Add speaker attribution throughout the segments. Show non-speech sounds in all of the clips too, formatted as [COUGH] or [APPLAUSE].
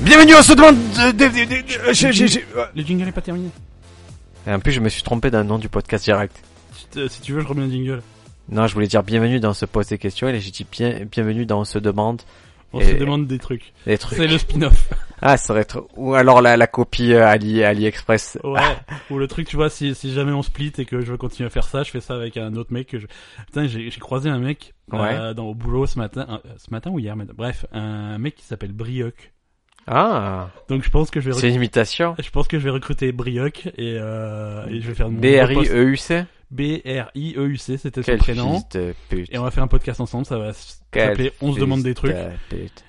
Speaker 1: Bienvenue au Sodom de- de- de- de-
Speaker 2: euh,
Speaker 1: de- j'ai- j'ai- j'ai-
Speaker 2: Le jingle est pas terminé.
Speaker 1: Et en plus, je me suis trompé d'un nom du podcast direct.
Speaker 2: Si t- Si tu veux, je remets un jingle.
Speaker 1: Non, je voulais dire bienvenue dans ce post des questions et là, j'ai dit bien, bienvenue dans ce demande
Speaker 2: On
Speaker 1: Et-
Speaker 2: se demande des trucs.
Speaker 1: des trucs.
Speaker 2: C'est
Speaker 1: [LAUGHS]
Speaker 2: le spin-off.
Speaker 1: Ah, ça aurait être, ou alors la, la copie euh, Ali, AliExpress.
Speaker 2: Ouais. Ou le truc, tu vois, si, si jamais on split et que je veux continuer à faire ça, je fais ça avec un autre mec que je... Putain, j'ai j'ai croisé un mec euh, dans au boulot ce matin. euh, ce matin ou hier mais- Bref, un mec qui s'appelle Brioc.
Speaker 1: Ah,
Speaker 2: Donc je pense que je vais...
Speaker 1: c'est
Speaker 2: recruter-
Speaker 1: une imitation.
Speaker 2: Je pense que je vais recruter Brioc et, euh, et je vais faire mon post-
Speaker 1: B-R-I-E-U-C?
Speaker 2: B-R-I-E-U-C, E c'était son
Speaker 1: E. Quel
Speaker 2: prénom.
Speaker 1: fils de pute.
Speaker 2: Et on va faire un podcast ensemble, ça va s-
Speaker 1: Quel
Speaker 2: s'appeler On se
Speaker 1: fils
Speaker 2: demande des trucs.
Speaker 1: de pute.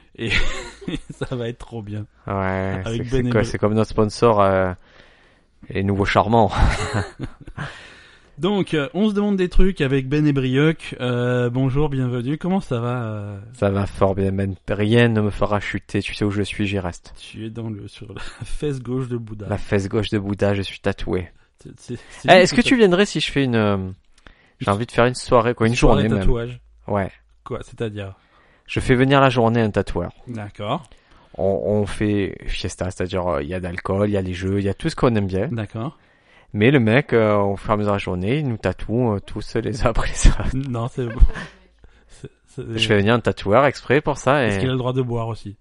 Speaker 2: [LAUGHS] ça va être trop bien.
Speaker 1: Ouais,
Speaker 2: Avec
Speaker 1: c'est-
Speaker 2: Ben
Speaker 1: c'est
Speaker 2: et
Speaker 1: quoi,
Speaker 2: Bru-
Speaker 1: c'est comme notre sponsor, euh, les nouveaux charmants.
Speaker 2: Donc, euh, on se demande des trucs avec Ben et Brioc. Euh, bonjour, bienvenue. Comment ça va euh,
Speaker 1: Ça va fort bien, man. Rien ne me fera chuter. Tu sais où je suis, j'y reste.
Speaker 2: Tu es dans le sur la [LAUGHS] fesse gauche de Bouddha.
Speaker 1: La fesse gauche de Bouddha, je suis tatoué.
Speaker 2: C'est- c'est- c'est
Speaker 1: Eh, Est-ce que
Speaker 2: lui qui
Speaker 1: tu viendrais si je fais une... euh, J'ai envie de faire une soirée, quoi, une
Speaker 2: soirée
Speaker 1: journée même.
Speaker 2: tatouage.
Speaker 1: Ouais.
Speaker 2: Quoi, c'est-à-dire
Speaker 1: Je fais venir la journée un tatoueur.
Speaker 2: D'accord,
Speaker 1: On, on fait fiesta, c'est-à-dire euh, il y a de l'alcool, il y a les jeux, il y a tout ce qu'on aime bien. [LAUGHS]
Speaker 2: d'accord.
Speaker 1: Mais le mec, euh, au fur et à mesure de la journée, il nous tatoue euh, tous les uns [LAUGHS] après les autres.
Speaker 2: non, c'est bon. C'est- c'est-
Speaker 1: Je fais venir un tatoueur exprès pour ça
Speaker 2: Est-ce
Speaker 1: et...
Speaker 2: qu'il a le droit de boire aussi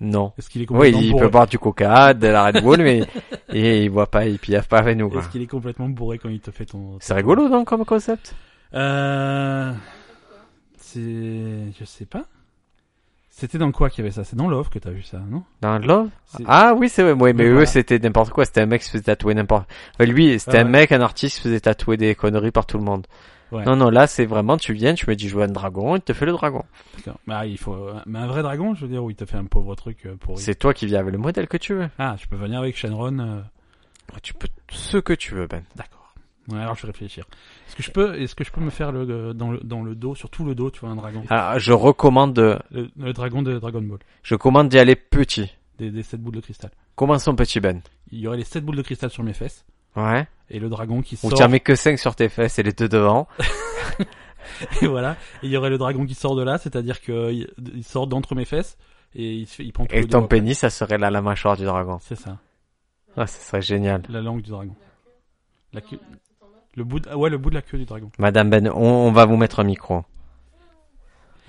Speaker 1: Non.
Speaker 2: Est-ce qu'il est
Speaker 1: Oui,
Speaker 2: complètement
Speaker 1: il
Speaker 2: bourré
Speaker 1: peut boire du coca, de la Red Bull,
Speaker 2: [LAUGHS]
Speaker 1: mais et il boit pas, il piaffe pas avec nous. quoi.
Speaker 2: Est-ce qu'il est complètement bourré quand il te fait ton
Speaker 1: C'est rigolo, non, comme concept
Speaker 2: Euh, c'est, je sais pas. C'était dans quoi qu'il y avait ça C'est dans Love que t'as vu ça, non
Speaker 1: Dans Love
Speaker 2: C'est-
Speaker 1: Ah oui, c'est vrai. Ouais, mais
Speaker 2: Mais
Speaker 1: eux,
Speaker 2: voilà.
Speaker 1: c'était n'importe quoi. C'était un mec qui se faisait tatouer n'importe. Enfin, lui, c'était
Speaker 2: Ah
Speaker 1: un
Speaker 2: ouais.
Speaker 1: mec, un artiste qui se faisait tatouer des conneries par tout le monde.
Speaker 2: Ouais.
Speaker 1: Non, non, là, c'est vraiment, tu viens, tu me dis jouer un dragon, il te fait le dragon.
Speaker 2: D'accord. Bah, il faut, un- mais un vrai dragon, je veux dire, où il te fait un pauvre truc euh, pourri.
Speaker 1: C'est toi qui viens avec le modèle que tu veux.
Speaker 2: Ah, je peux venir avec Shenron. euh,
Speaker 1: Tu peux ce que tu veux, Ben.
Speaker 2: D'accord. Ouais, alors je vais réfléchir. Est-ce que je peux, est-ce que je peux me faire le, euh, dans le dans le dos, sur tout le dos, tu vois, un dragon.
Speaker 1: Alors, Ah, je recommande, euh,
Speaker 2: Le, le dragon de Dragon Ball,
Speaker 1: je commande d'y aller petit.
Speaker 2: des, des sept boules de cristal.
Speaker 1: Commençons petit, Ben.
Speaker 2: Il y aurait les sept boules de cristal sur mes fesses
Speaker 1: Ouais.
Speaker 2: et le dragon qui
Speaker 1: Ou
Speaker 2: sort.
Speaker 1: t'en mets que 5 sur tes fesses et les deux devant.
Speaker 2: [LAUGHS] Et voilà. Et il y aurait le dragon qui sort de là, c'est-à-dire que il, il sort d'entre mes fesses et il, se fait- il prend tout
Speaker 1: Et
Speaker 2: le dos
Speaker 1: ton
Speaker 2: après.
Speaker 1: pénis, ça serait là la mâchoire du dragon.
Speaker 2: C'est ça.
Speaker 1: Ah, ça serait génial.
Speaker 2: La langue du dragon. La queue. Le bout de... ah ouais, le bout de la queue du dragon.
Speaker 1: Madame Ben, on, on va vous mettre un micro.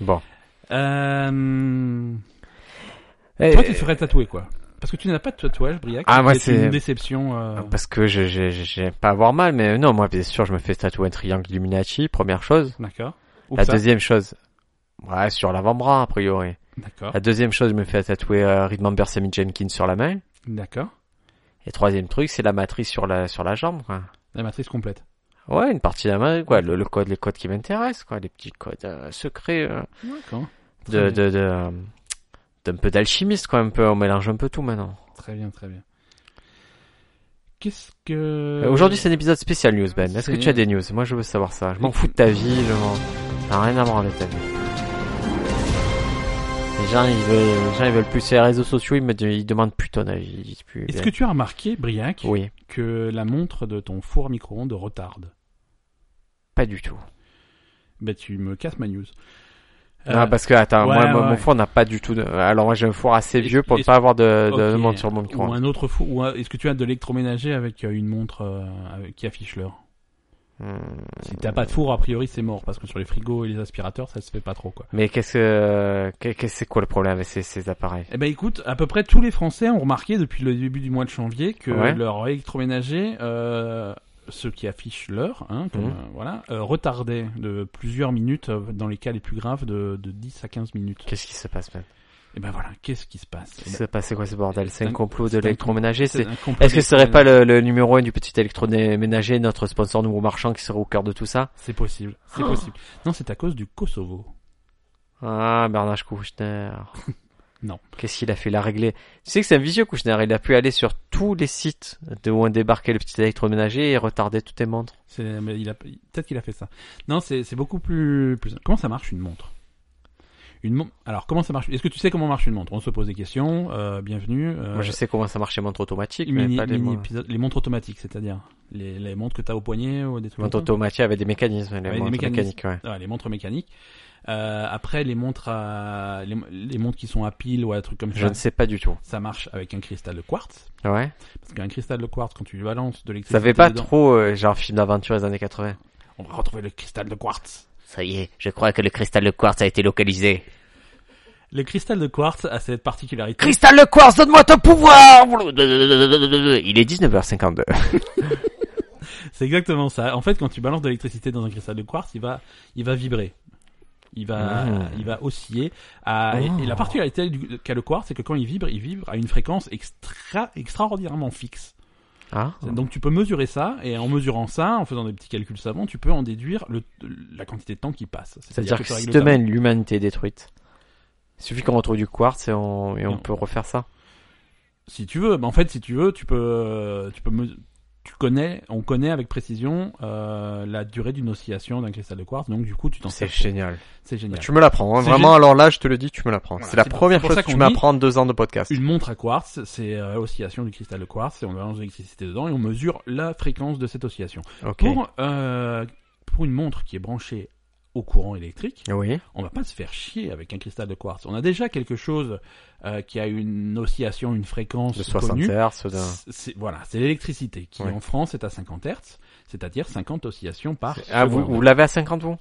Speaker 1: Bon.
Speaker 2: Euh...
Speaker 1: Eh,
Speaker 2: Toi, tu te ferais tatouer quoi Parce que tu n'as pas de tatouage, Briac.
Speaker 1: Ah, moi, c'est- Ah.
Speaker 2: une déception. euh,
Speaker 1: Parce que je, je, je- j'aime pas avoir mal, mais euh, non, moi, bien sûr, je me fais tatouer un triangle Illuminati, première chose.
Speaker 2: D'accord. Ou
Speaker 1: la
Speaker 2: ça.
Speaker 1: deuxième chose, ouais, sur l'avant-bras, a priori.
Speaker 2: D'accord.
Speaker 1: La deuxième chose, je me fais tatouer euh, Rhythm and Bear Sammy Jenkins sur la main.
Speaker 2: D'accord.
Speaker 1: Et troisième truc, c'est la matrice sur la, sur la jambe, quoi.
Speaker 2: La matrice complète.
Speaker 1: Ouais, une partie de la main, quoi, le, le code, les codes qui m'intéressent, quoi, les petits codes euh, secrets euh,
Speaker 2: D'accord. Très
Speaker 1: de,
Speaker 2: bien.
Speaker 1: de, de, euh, d'un peu d'alchimiste, quoi, un peu, on mélange un peu tout maintenant.
Speaker 2: Très bien, très bien. Qu'est-ce que.
Speaker 1: Euh, Aujourd'hui, c'est un épisode spécial news, Ben. Est-ce que
Speaker 2: c'est-
Speaker 1: tu as des news Moi, je veux savoir ça. Je m'en fous de ta vie, je m'en. T'as rien à voir avec ta vie. Les gens, ils veulent, les gens, ils veulent plus sur les réseaux sociaux, ils me de- ils demandent plus ton avis. Ils disent plus.
Speaker 2: Est-ce
Speaker 1: Ben.
Speaker 2: que tu as remarqué, Briac,
Speaker 1: Oui,
Speaker 2: que la montre de ton four micro-ondes retarde
Speaker 1: pas du tout.
Speaker 2: Bah, tu me casses ma news. Euh,
Speaker 1: Non, parce que, attends,
Speaker 2: ouais,
Speaker 1: moi, moi,
Speaker 2: ouais,
Speaker 1: mon
Speaker 2: ouais.
Speaker 1: four n'a pas du tout de. Alors, moi, j'ai un four assez
Speaker 2: Est-ce-
Speaker 1: vieux pour ne
Speaker 2: est-ce-
Speaker 1: pas avoir de, de
Speaker 2: Ok.
Speaker 1: montre sur mon micro. hein.
Speaker 2: Ou un autre fou. Ou un- Est-ce que tu as de l'électroménager avec euh, une montre euh, avec- qui affiche l'heure
Speaker 1: Hmm.
Speaker 2: Si t'as pas de four, a priori c'est mort parce que sur les frigos et les aspirateurs, ça se fait pas trop quoi.
Speaker 1: Mais qu'est-ce que. qu'est- qu'est-ce- C'est quoi le problème avec ces, ces appareils
Speaker 2: Eh ben écoute, à peu près tous les Français ont remarqué depuis le début du mois de janvier que
Speaker 1: Ouais.
Speaker 2: leur électroménager, euh, ceux qui affichent l'heure, hein, comme,
Speaker 1: Mhm.
Speaker 2: euh, voilà, euh, retardait de plusieurs minutes euh, dans les cas les plus graves de, de 10 à 15 minutes.
Speaker 1: Qu'est-ce qui se passe, Ben
Speaker 2: Et ben voilà, qu'est-ce qui se passe Eh
Speaker 1: Qu'est-ce
Speaker 2: ben,
Speaker 1: qui se passe C'est quoi ce bordel C'est
Speaker 2: C'est
Speaker 1: un
Speaker 2: un-
Speaker 1: complot
Speaker 2: c'est
Speaker 1: de
Speaker 2: un-
Speaker 1: l'électroménager C'est
Speaker 2: un complot
Speaker 1: Est-ce que ce serait pas
Speaker 2: d'électroménager.
Speaker 1: le, le numéro 1 du petit électroménager, notre sponsor nouveau marchand qui serait au cœur de tout ça
Speaker 2: C'est possible, c'est
Speaker 1: Oh.
Speaker 2: possible. Non, c'est à cause du Kosovo.
Speaker 1: Ah, Bernard Kouchner.
Speaker 2: [LAUGHS] Non.
Speaker 1: Qu'est-ce qu'il a fait Il a réglé. Tu sais que c'est un vicieux Kouchner, il a pu aller sur tous les sites de où on débarquait le petit électroménager et retarder toutes les montres.
Speaker 2: C'est, mais il a peut-être qu'il a fait ça. Non, c'est c'est beaucoup plus, plus. Comment ça marche une montre Une montre. Alors, comment ça marche Est-ce que tu sais comment marche une montre On se pose des questions. euh, bienvenue. euh,
Speaker 1: Moi, je sais comment ça marche les montres automatiques, mais
Speaker 2: mini-
Speaker 1: pas les
Speaker 2: mini
Speaker 1: montres.
Speaker 2: épisode- les montres automatiques, c'est-à-dire les, les montres que tu as au poignet ou des trucs
Speaker 1: Les
Speaker 2: comme
Speaker 1: montres
Speaker 2: ça
Speaker 1: automatiques avec des mécanismes, les
Speaker 2: Avec des
Speaker 1: montres
Speaker 2: mécanismes.
Speaker 1: mécaniques, ouais.
Speaker 2: Ah, les montres mécaniques. Euh, après, les montres, à... les, les montres qui sont à pile ou à trucs comme
Speaker 1: Je
Speaker 2: ça,
Speaker 1: ne sais pas du tout.
Speaker 2: ça marche avec un cristal de quartz.
Speaker 1: Ouais.
Speaker 2: Parce qu'un cristal de quartz, quand tu lui balances de
Speaker 1: Ça
Speaker 2: l'électricité
Speaker 1: fait pas
Speaker 2: dedans,
Speaker 1: trop, euh, genre, film d'aventure des années 80.
Speaker 2: on va retrouver le cristal de quartz.
Speaker 3: Ça y est, je crois que le cristal de quartz a été localisé.
Speaker 2: Le cristal de quartz a cette particularité.
Speaker 3: Cristal de quartz, donne-moi ton pouvoir
Speaker 1: Il est 19h52.
Speaker 2: C'est exactement ça. En fait, quand tu balances de l'électricité dans un cristal de quartz, il va, il va vibrer. Il va,
Speaker 1: Ah.
Speaker 2: il va osciller. à-
Speaker 1: Oh.
Speaker 2: et, et la particularité du- qu'a le quartz, c'est que quand il vibre, il vibre à une fréquence extra, extraordinairement fixe.
Speaker 1: Ah.
Speaker 2: Donc tu peux mesurer ça, et en mesurant ça, en faisant des petits calculs savants, tu peux en déduire le, la quantité de temps qui passe.
Speaker 1: C'est-à-dire que
Speaker 2: tu
Speaker 1: si
Speaker 2: règles
Speaker 1: demain
Speaker 2: ta-
Speaker 1: l'humanité est détruite, il suffit qu'on retrouve du quartz et on, et on
Speaker 2: Non.
Speaker 1: peut refaire ça.
Speaker 2: Si tu veux, bah, en fait, si tu veux, tu peux, euh, tu peux, me- tu connais, on connaît avec précision euh, la durée d'une oscillation d'un cristal de quartz, donc du coup, tu t'en
Speaker 1: C'est
Speaker 2: sers.
Speaker 1: génial.
Speaker 2: C'est génial.
Speaker 1: Tu me l'apprends, hein,
Speaker 2: C'est
Speaker 1: vraiment.
Speaker 2: gé-
Speaker 1: Alors là, je te le dis, tu me l'apprends.
Speaker 2: Voilà,
Speaker 1: c'est la
Speaker 2: c'est pour-
Speaker 1: première
Speaker 2: c'est pour
Speaker 1: chose
Speaker 2: ça
Speaker 1: que tu
Speaker 2: qu'on
Speaker 1: m'apprends de deux ans de podcast.
Speaker 2: Une montre à quartz, c'est euh, oscillation du cristal de quartz, et on balance de l'électricité dedans, et on mesure la fréquence de cette oscillation.
Speaker 1: Ok.
Speaker 2: Pour, euh, pour une montre qui est branchée au courant électrique,
Speaker 1: Oui.
Speaker 2: on va pas se faire chier avec un cristal de quartz. On a déjà quelque chose euh, qui a une oscillation, une fréquence
Speaker 1: De 60
Speaker 2: connue.
Speaker 1: Hz. de-
Speaker 2: C'est- c'est- Voilà, c'est l'électricité qui
Speaker 1: Ouais.
Speaker 2: en France est à 50 Hz, c'est-à-dire 50 oscillations par
Speaker 1: Ah, vous,
Speaker 2: seconde.
Speaker 1: vous l'avez à 50 vous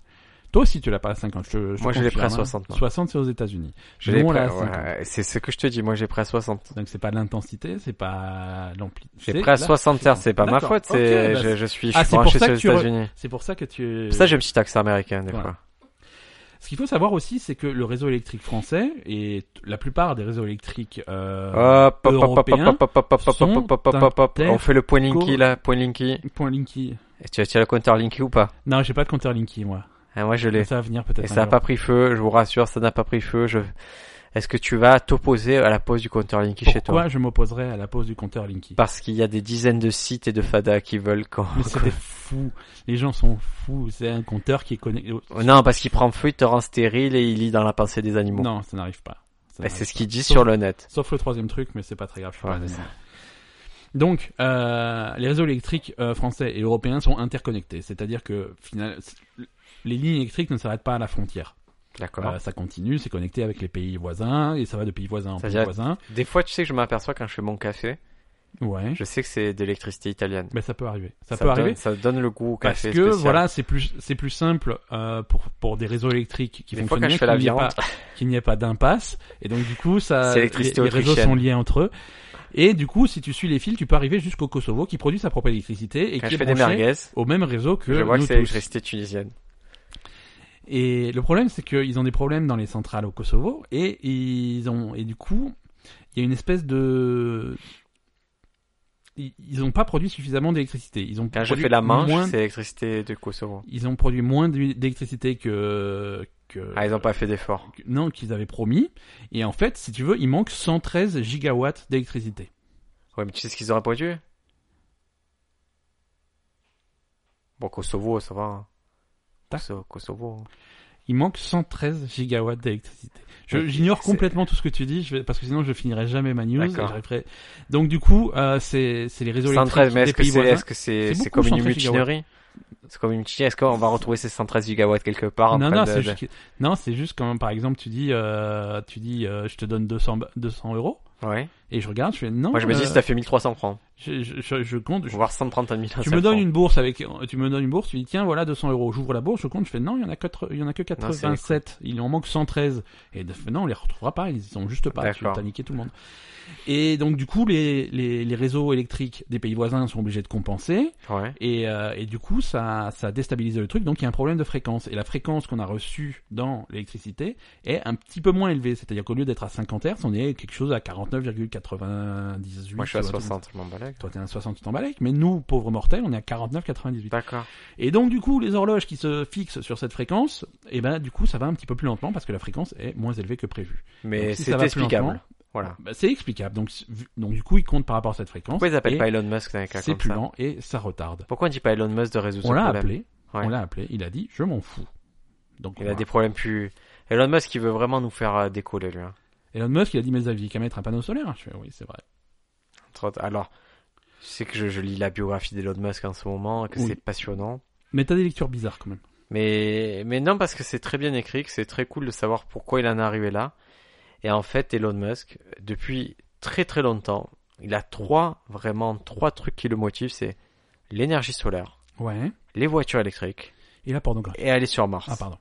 Speaker 2: Toi aussi tu l'as pas à 50. Je, te- je te
Speaker 1: Moi, je l'ai
Speaker 2: confirme,
Speaker 1: pris à
Speaker 2: hein.
Speaker 1: 60, moi.
Speaker 2: 60 c'est aux États-Unis.
Speaker 1: Je
Speaker 2: Nous,
Speaker 1: l'ai
Speaker 2: on
Speaker 1: pris
Speaker 2: l'a
Speaker 1: à-
Speaker 2: à 50.
Speaker 1: ouais, C'est ce que je te dis. Moi, j'ai pris à 60.
Speaker 2: Donc c'est pas l'intensité, c'est pas l'amplitude.
Speaker 1: J'ai pris à 60 Hz. C'est pas ma
Speaker 2: D'accord.
Speaker 1: faute. C'est
Speaker 2: Ok, bah,
Speaker 1: je, je suis, je
Speaker 2: Ah,
Speaker 1: suis
Speaker 2: c'est pour
Speaker 1: branché
Speaker 2: ça
Speaker 1: sur les
Speaker 2: que tu re-
Speaker 1: États-Unis.
Speaker 2: C'est pour ça que tu.
Speaker 1: Ça, j'ai un petit accent américain des
Speaker 2: Voilà.
Speaker 1: fois.
Speaker 2: Ce qu'il faut savoir aussi, c'est que le réseau électrique français et t- la plupart des réseaux électriques euh,
Speaker 1: Hop, hop, hop, hop,
Speaker 2: européens,
Speaker 1: hop, hop, hop, hop, hop,
Speaker 2: sont
Speaker 1: hop, hop, hop, hop. On fait le point Linky là, point Linky.
Speaker 2: point Linky.
Speaker 1: Et tu as tiré le compteur Linky ou pas
Speaker 2: Non, j'ai pas de compteur Linky moi.
Speaker 1: Ah, Moi, je l'ai.
Speaker 2: Ça va venir
Speaker 1: Et
Speaker 2: peut-être.
Speaker 1: ça
Speaker 2: un
Speaker 1: n'a pas pris feu, je vous rassure, ça n'a pas pris feu. Je... Est-ce que tu vas t'opposer à la pose du compteur Linky
Speaker 2: jour.
Speaker 1: chez toi
Speaker 2: Pourquoi je m'opposerais à la pose du compteur Linky
Speaker 1: Parce qu'il y a des dizaines de sites et de fadas qui veulent qu'on... [LAUGHS]
Speaker 2: Mais c'était fou. Les gens sont fous. C'est un compteur qui est connecté.
Speaker 1: Non, parce qu'il prend feu, il te rend stérile et il lit dans la pensée des animaux.
Speaker 2: Non, ça n'arrive pas. Ça
Speaker 1: Et
Speaker 2: n'arrive
Speaker 1: Eh, c'est ce qu'il dit
Speaker 2: Sauf-
Speaker 1: sur le net.
Speaker 2: pas. Sauf le troisième truc, mais c'est pas très grave. je suis
Speaker 1: Ouais,
Speaker 2: pas
Speaker 1: c'est
Speaker 2: un animal. Donc, euh, les réseaux électriques euh, français et européens sont interconnectés. C'est-à-dire que final, les lignes électriques ne s'arrêtent pas à la frontière.
Speaker 1: D'accord.
Speaker 2: Euh, ça continue, c'est connecté avec les pays voisins et ça va de pays voisins en
Speaker 1: Ça
Speaker 2: pays
Speaker 1: veut dire-
Speaker 2: voisins.
Speaker 1: Des fois, tu sais que je m'aperçois quand je fais mon café,
Speaker 2: Ouais.
Speaker 1: je sais que c'est d'électricité italienne.
Speaker 2: Mais ça peut arriver. Hum. Ça, peut
Speaker 1: donne,
Speaker 2: arriver.
Speaker 1: Ça donne le goût au
Speaker 2: Parce
Speaker 1: café
Speaker 2: que
Speaker 1: spécial.
Speaker 2: voilà, c'est plus c'est plus simple euh, pour pour des réseaux électriques qui
Speaker 1: Des fois,
Speaker 2: fonctionnent
Speaker 1: quand je fais la
Speaker 2: bien, qu'il n'y ait
Speaker 1: viande.
Speaker 2: pas- qu'il n'y ait pas d'impasse et donc du coup ça
Speaker 1: C'est
Speaker 2: les,
Speaker 1: l'électricité
Speaker 2: les réseaux
Speaker 1: autrichienne.
Speaker 2: sont liés entre eux et du coup si tu suis les fils, tu peux arriver jusqu'au Kosovo qui produit sa propre électricité et
Speaker 1: quand
Speaker 2: qui
Speaker 1: je fais
Speaker 2: est
Speaker 1: des
Speaker 2: branché
Speaker 1: merguez,
Speaker 2: au même réseau que
Speaker 1: je vois que
Speaker 2: nous
Speaker 1: c'est
Speaker 2: tous.
Speaker 1: l'électricité tunisienne.
Speaker 2: Et le problème c'est qu'ils ont des problèmes dans les centrales au Kosovo et ils ont et du coup il y a une espèce de ils- ils n'ont pas produit suffisamment d'électricité. Ils ont
Speaker 1: Quand je
Speaker 2: produit
Speaker 1: fais la manche,
Speaker 2: moins-
Speaker 1: c'est l'électricité de Kosovo.
Speaker 2: ils ont produit moins d'hu- d'électricité que, que
Speaker 1: Ah, ils n'ont pas fait d'effort.
Speaker 2: que- non qu'ils avaient promis. Et en fait, si tu veux, il manque 113 gigawatts d'électricité.
Speaker 1: Ouais, mais tu sais ce qu'ils auraient produit Bon, Kosovo, ça va. hein.
Speaker 2: Tac.
Speaker 1: Koso- Kosovo.
Speaker 2: Il manque 113 gigawatts d'électricité. Je-
Speaker 1: Ok,
Speaker 2: J'ignore
Speaker 1: c'est-
Speaker 2: complètement tout ce que tu dis, je vais- parce que sinon je finirai jamais ma news. et
Speaker 1: D'accord.
Speaker 2: j'arriverai- Donc du coup, euh, c'est c'est les réseaux
Speaker 1: 113, mais
Speaker 2: électriques
Speaker 1: est-ce
Speaker 2: des
Speaker 1: que
Speaker 2: pays
Speaker 1: c'est
Speaker 2: voisins.
Speaker 1: est-ce que c'est
Speaker 2: C'est
Speaker 1: c'est
Speaker 2: beaucoup,
Speaker 1: comme une
Speaker 2: 113
Speaker 1: mutinerie C'est comme une mutinerie. Est-ce qu'on va retrouver ces 113 gigawatts quelque part en
Speaker 2: Non,
Speaker 1: train
Speaker 2: non,
Speaker 1: de-
Speaker 2: c'est
Speaker 1: de-
Speaker 2: juste, que- non, c'est juste quand par exemple tu dis, euh, tu dis, euh, je te donne 200, ba- 200 euros.
Speaker 1: Ouais.
Speaker 2: Et je regarde, je fais non.
Speaker 1: Moi, je me dis,
Speaker 2: euh,
Speaker 1: si t'as fait 1300 francs,
Speaker 2: je, je- je- je compte, je-
Speaker 1: voire 130 000
Speaker 2: Tu me donnes une bourse avec, tu me donnes une bourse, tu dis tiens voilà 200 euros. J'ouvre la bourse, je compte, je fais non il y en a quatre, il y en a que
Speaker 1: Non, c'est
Speaker 2: 87, il en manque 113. Et de fait, non on les retrouvera pas, ils sont juste pas. Tu
Speaker 1: D'accord.
Speaker 2: t'as niqué tout le monde. Et donc du coup les, les les réseaux électriques des pays voisins sont obligés de compenser
Speaker 1: Ouais.
Speaker 2: et euh, et du coup ça ça déstabilise le truc donc il y a un problème de fréquence et la fréquence qu'on a reçue dans l'électricité est un petit peu moins élevée c'est-à-dire qu'au lieu d'être à 50 Hz on est quelque chose à 49,98.
Speaker 1: Moi, je suis à
Speaker 2: tu vois,
Speaker 1: 60, je m'en balègue.
Speaker 2: toi t'es à 60, tu t'en balèques, mais nous, pauvres mortels, on est à 49,98.
Speaker 1: D'accord.
Speaker 2: Et donc du coup, les horloges qui se fixent sur cette fréquence, eh ben du coup, ça va un petit peu plus lentement parce que la fréquence est moins élevée que prévu.
Speaker 1: Mais
Speaker 2: Donc, si
Speaker 1: c'est
Speaker 2: ça va plus
Speaker 1: explicable.
Speaker 2: lentement,
Speaker 1: Voilà.
Speaker 2: bah, c'est explicable. Donc, c- vu- donc du coup, ils comptent par rapport à cette fréquence.
Speaker 1: Pourquoi ils appellent
Speaker 2: Et
Speaker 1: pas Elon Musk dans les cas
Speaker 2: C'est
Speaker 1: comme
Speaker 2: plus
Speaker 1: ça
Speaker 2: lent et ça retarde.
Speaker 1: Pourquoi on dit pas Elon Musk de résoudre
Speaker 2: On
Speaker 1: ce
Speaker 2: l'a
Speaker 1: problème
Speaker 2: appelé,
Speaker 1: Ouais.
Speaker 2: on l'a appelé, il a dit je m'en fous. Donc
Speaker 1: Il
Speaker 2: on
Speaker 1: a
Speaker 2: va-
Speaker 1: des problèmes plus. Elon Musk, il veut vraiment nous faire euh, décoller, lui. hein.
Speaker 2: Elon Musk, il a dit, mais vous aviez qu'à mettre un panneau solaire. Je fais, oui, c'est vrai.
Speaker 1: Trop- Alors, je sais que je, je lis la biographie d'Elon Musk en ce moment, que
Speaker 2: Oui.
Speaker 1: c'est passionnant.
Speaker 2: Mais t'as des lectures bizarres quand même.
Speaker 1: Mais, mais non, parce que c'est très bien écrit, que c'est très cool de savoir pourquoi il en est arrivé là. Et en fait, Elon Musk, depuis très très longtemps, il a trois, vraiment trois trucs qui le motivent, c'est l'énergie solaire,
Speaker 2: Ouais.
Speaker 1: les voitures électriques
Speaker 2: Et la pornographie.
Speaker 1: et aller sur Mars.
Speaker 2: Ah, pardon.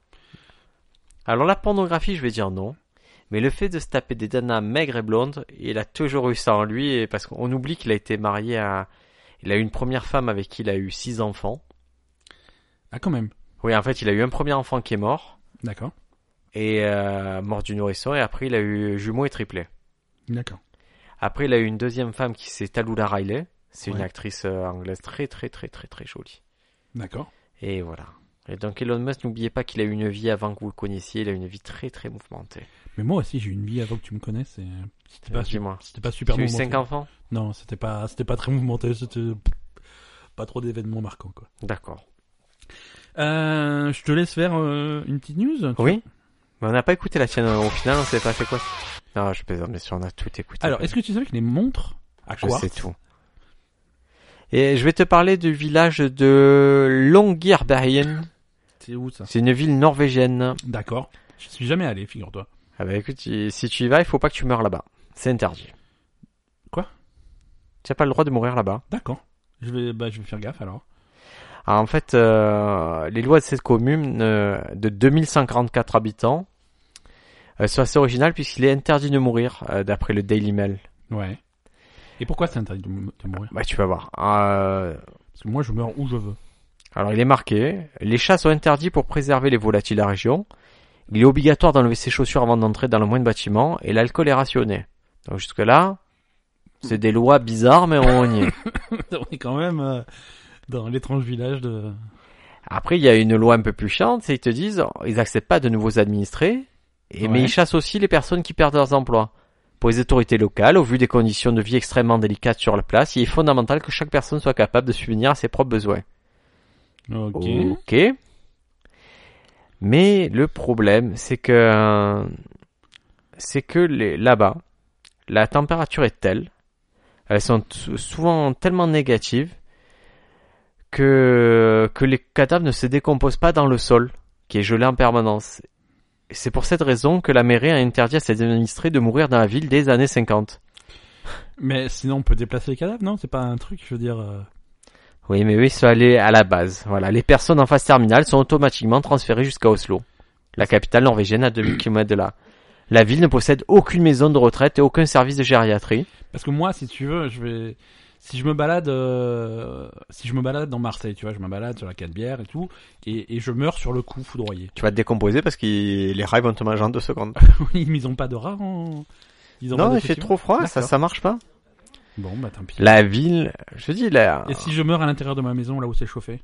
Speaker 1: Alors la pornographie, je vais dire non. Mais le fait de se taper des danas maigres et blondes, il a toujours eu ça en lui, et parce qu'on oublie qu'il a été marié à... Il a eu une première femme avec qui il a eu six enfants.
Speaker 2: Ah, quand même.
Speaker 1: Oui, en fait, il a eu un premier enfant qui est mort,
Speaker 2: D'accord.
Speaker 1: et euh, mort du nourrisson, et après il a eu jumeaux et triplé.
Speaker 2: D'accord.
Speaker 1: Après, il a eu une deuxième femme qui c'est Talula Riley. C'est
Speaker 2: Ouais.
Speaker 1: une actrice euh, anglaise très très très très très jolie.
Speaker 2: D'accord.
Speaker 1: Et voilà. Et donc Elon Musk, n'oubliez pas qu'il a eu une vie avant que vous le connaissiez, il a eu une vie très très mouvementée.
Speaker 2: Mais moi aussi, j'ai eu une vie avant que tu me connaisses. et C'était
Speaker 1: Euh,
Speaker 2: pas,
Speaker 1: Dis-moi.
Speaker 2: c'était pas Bah, super
Speaker 1: Tu as eu
Speaker 2: mouvementé.
Speaker 1: cinq enfants
Speaker 2: Non, c'était pas, c'était pas très mouvementé. C'était pas trop d'événements marquants, quoi.
Speaker 1: D'accord.
Speaker 2: Euh, je te laisse faire euh, une petite news.
Speaker 1: Oui Mais on n'a pas écouté la tienne au final, on s'est pas fait quoi Non, je plaisante, bien sûr, on a tout écouté.
Speaker 2: Alors, est-ce que tu savais que les montres à
Speaker 1: Ah, Je
Speaker 2: quoi
Speaker 1: sais tout. Et je vais te parler du village de Longyearbyen.
Speaker 2: C'est où ça
Speaker 1: C'est une ville norvégienne.
Speaker 2: D'accord. Je suis jamais allé, figure-toi.
Speaker 1: Ah bah écoute, y- si tu y vas, il faut pas que tu meurs là-bas. C'est interdit.
Speaker 2: Quoi
Speaker 1: Tu n'as pas le droit de mourir là-bas.
Speaker 2: D'accord. Je vais, bah, je vais faire gaffe alors.
Speaker 1: Alors en fait, euh, les lois de cette commune euh, de 2144 habitants euh, sont assez originales puisqu'il est interdit de mourir, euh, d'après le Daily Mail.
Speaker 2: Ouais. Et pourquoi c'est interdit de, mou- de mourir
Speaker 1: Bah tu vas voir. Euh,
Speaker 2: Parce que moi, je meurs où je veux.
Speaker 1: alors il est marqué, les chats sont interdits pour préserver les volatiles de la région. Il est obligatoire d'enlever ses chaussures avant d'entrer dans le moindre bâtiment et l'alcool est rationné. Donc jusque là, c'est des lois bizarres mais on y est.
Speaker 2: [LAUGHS] On est quand même euh, dans l'étrange village de.
Speaker 1: Après, il y a une loi un peu plus chiante, c'est ils te disent, ils acceptent pas de nouveaux administrés, et, mais
Speaker 2: Ouais.
Speaker 1: ils chassent aussi les personnes qui perdent leurs emplois. Pour les autorités locales, au vu des conditions de vie extrêmement délicates sur la place, il est fondamental que chaque personne soit capable de subvenir à ses propres besoins.
Speaker 2: Ok.
Speaker 1: Ok. Mais le problème, c'est que c'est que les- là-bas, la température est telle, elles sont t- souvent tellement négatives que que les cadavres ne se décomposent pas dans le sol, qui est gelé en permanence. Et C'est pour cette raison que la mairie a interdit à ses administrés de mourir dans la ville des années 50.
Speaker 2: Mais sinon, on peut déplacer les cadavres, non C'est pas un truc, je veux dire. euh,
Speaker 1: Oui, mais oui, ça allait à la base. Voilà, les personnes en phase terminale sont automatiquement transférées jusqu'à Oslo, la capitale norvégienne à 2000 km de là. La ville ne possède aucune maison de retraite et aucun service de gériatrie.
Speaker 2: Parce que moi, si tu veux, je vais. Si je me balade, euh, si je me balade dans Marseille, tu vois, je me balade sur la Canebière et tout, et, et je meurs sur le coup foudroyé. [LAUGHS]
Speaker 1: Tu vas te décomposer parce que les rails vont te manger en deux secondes.
Speaker 2: Oui, mais ils ont pas de rats en... Ils ont pas
Speaker 1: Non,
Speaker 2: de
Speaker 1: il fait
Speaker 2: festival
Speaker 1: trop froid, ça,
Speaker 2: D'accord.
Speaker 1: ça marche pas.
Speaker 2: Bon, bah tant pis.
Speaker 1: La ville, je te dis là.
Speaker 2: Et si je meurs à l'intérieur de ma maison, là où c'est chauffé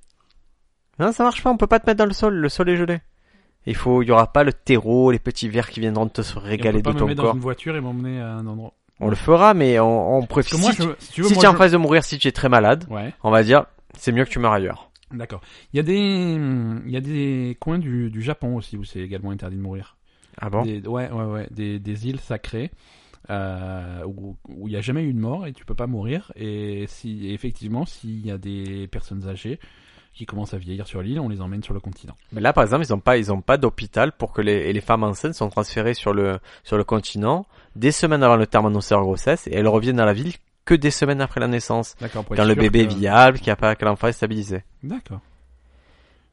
Speaker 1: Non, ça marche pas, on peut pas te mettre dans le sol, le sol est gelé. Il faut, il y aura pas le terreau, les petits vers qui viendront te se
Speaker 2: Et On
Speaker 1: régaler
Speaker 2: peut pas
Speaker 1: de
Speaker 2: me
Speaker 1: ton
Speaker 2: mettre dans
Speaker 1: corps.
Speaker 2: une voiture et m'emmener à un endroit.
Speaker 1: On le fera, mais on, on préfère.
Speaker 2: Parce que moi,
Speaker 1: si tu,
Speaker 2: je... si tu veux,
Speaker 1: si
Speaker 2: moi,
Speaker 1: t'es en
Speaker 2: je-
Speaker 1: phase de mourir, si tu es très malade,
Speaker 2: Ouais,
Speaker 1: on va dire, c'est mieux que tu meurs ailleurs.
Speaker 2: d'accord. Il y a des, hum, il y a des coins du, du Japon aussi où c'est également interdit de mourir.
Speaker 1: Ah bon
Speaker 2: Des- Ouais, ouais, ouais. Des, des îles sacrées euh, où où il n'y a jamais eu de mort et tu peux pas mourir. Et si et effectivement, s'il y a des personnes âgées qui commencent à vieillir sur l'île, on les emmène sur le continent.
Speaker 1: Mais là, par exemple, ils ont pas, ils ont pas d'hôpital pour que les, et les femmes enceintes sont transférées sur le, sur le continent des semaines avant le terme annoncé de leur grossesse et elles reviennent dans la ville que des semaines après la naissance.
Speaker 2: D'accord. pour être
Speaker 1: Quand le
Speaker 2: sûr
Speaker 1: bébé est
Speaker 2: que-
Speaker 1: viable, qu'il n'y a pas, que l'enfant est stabilisé.
Speaker 2: D'accord.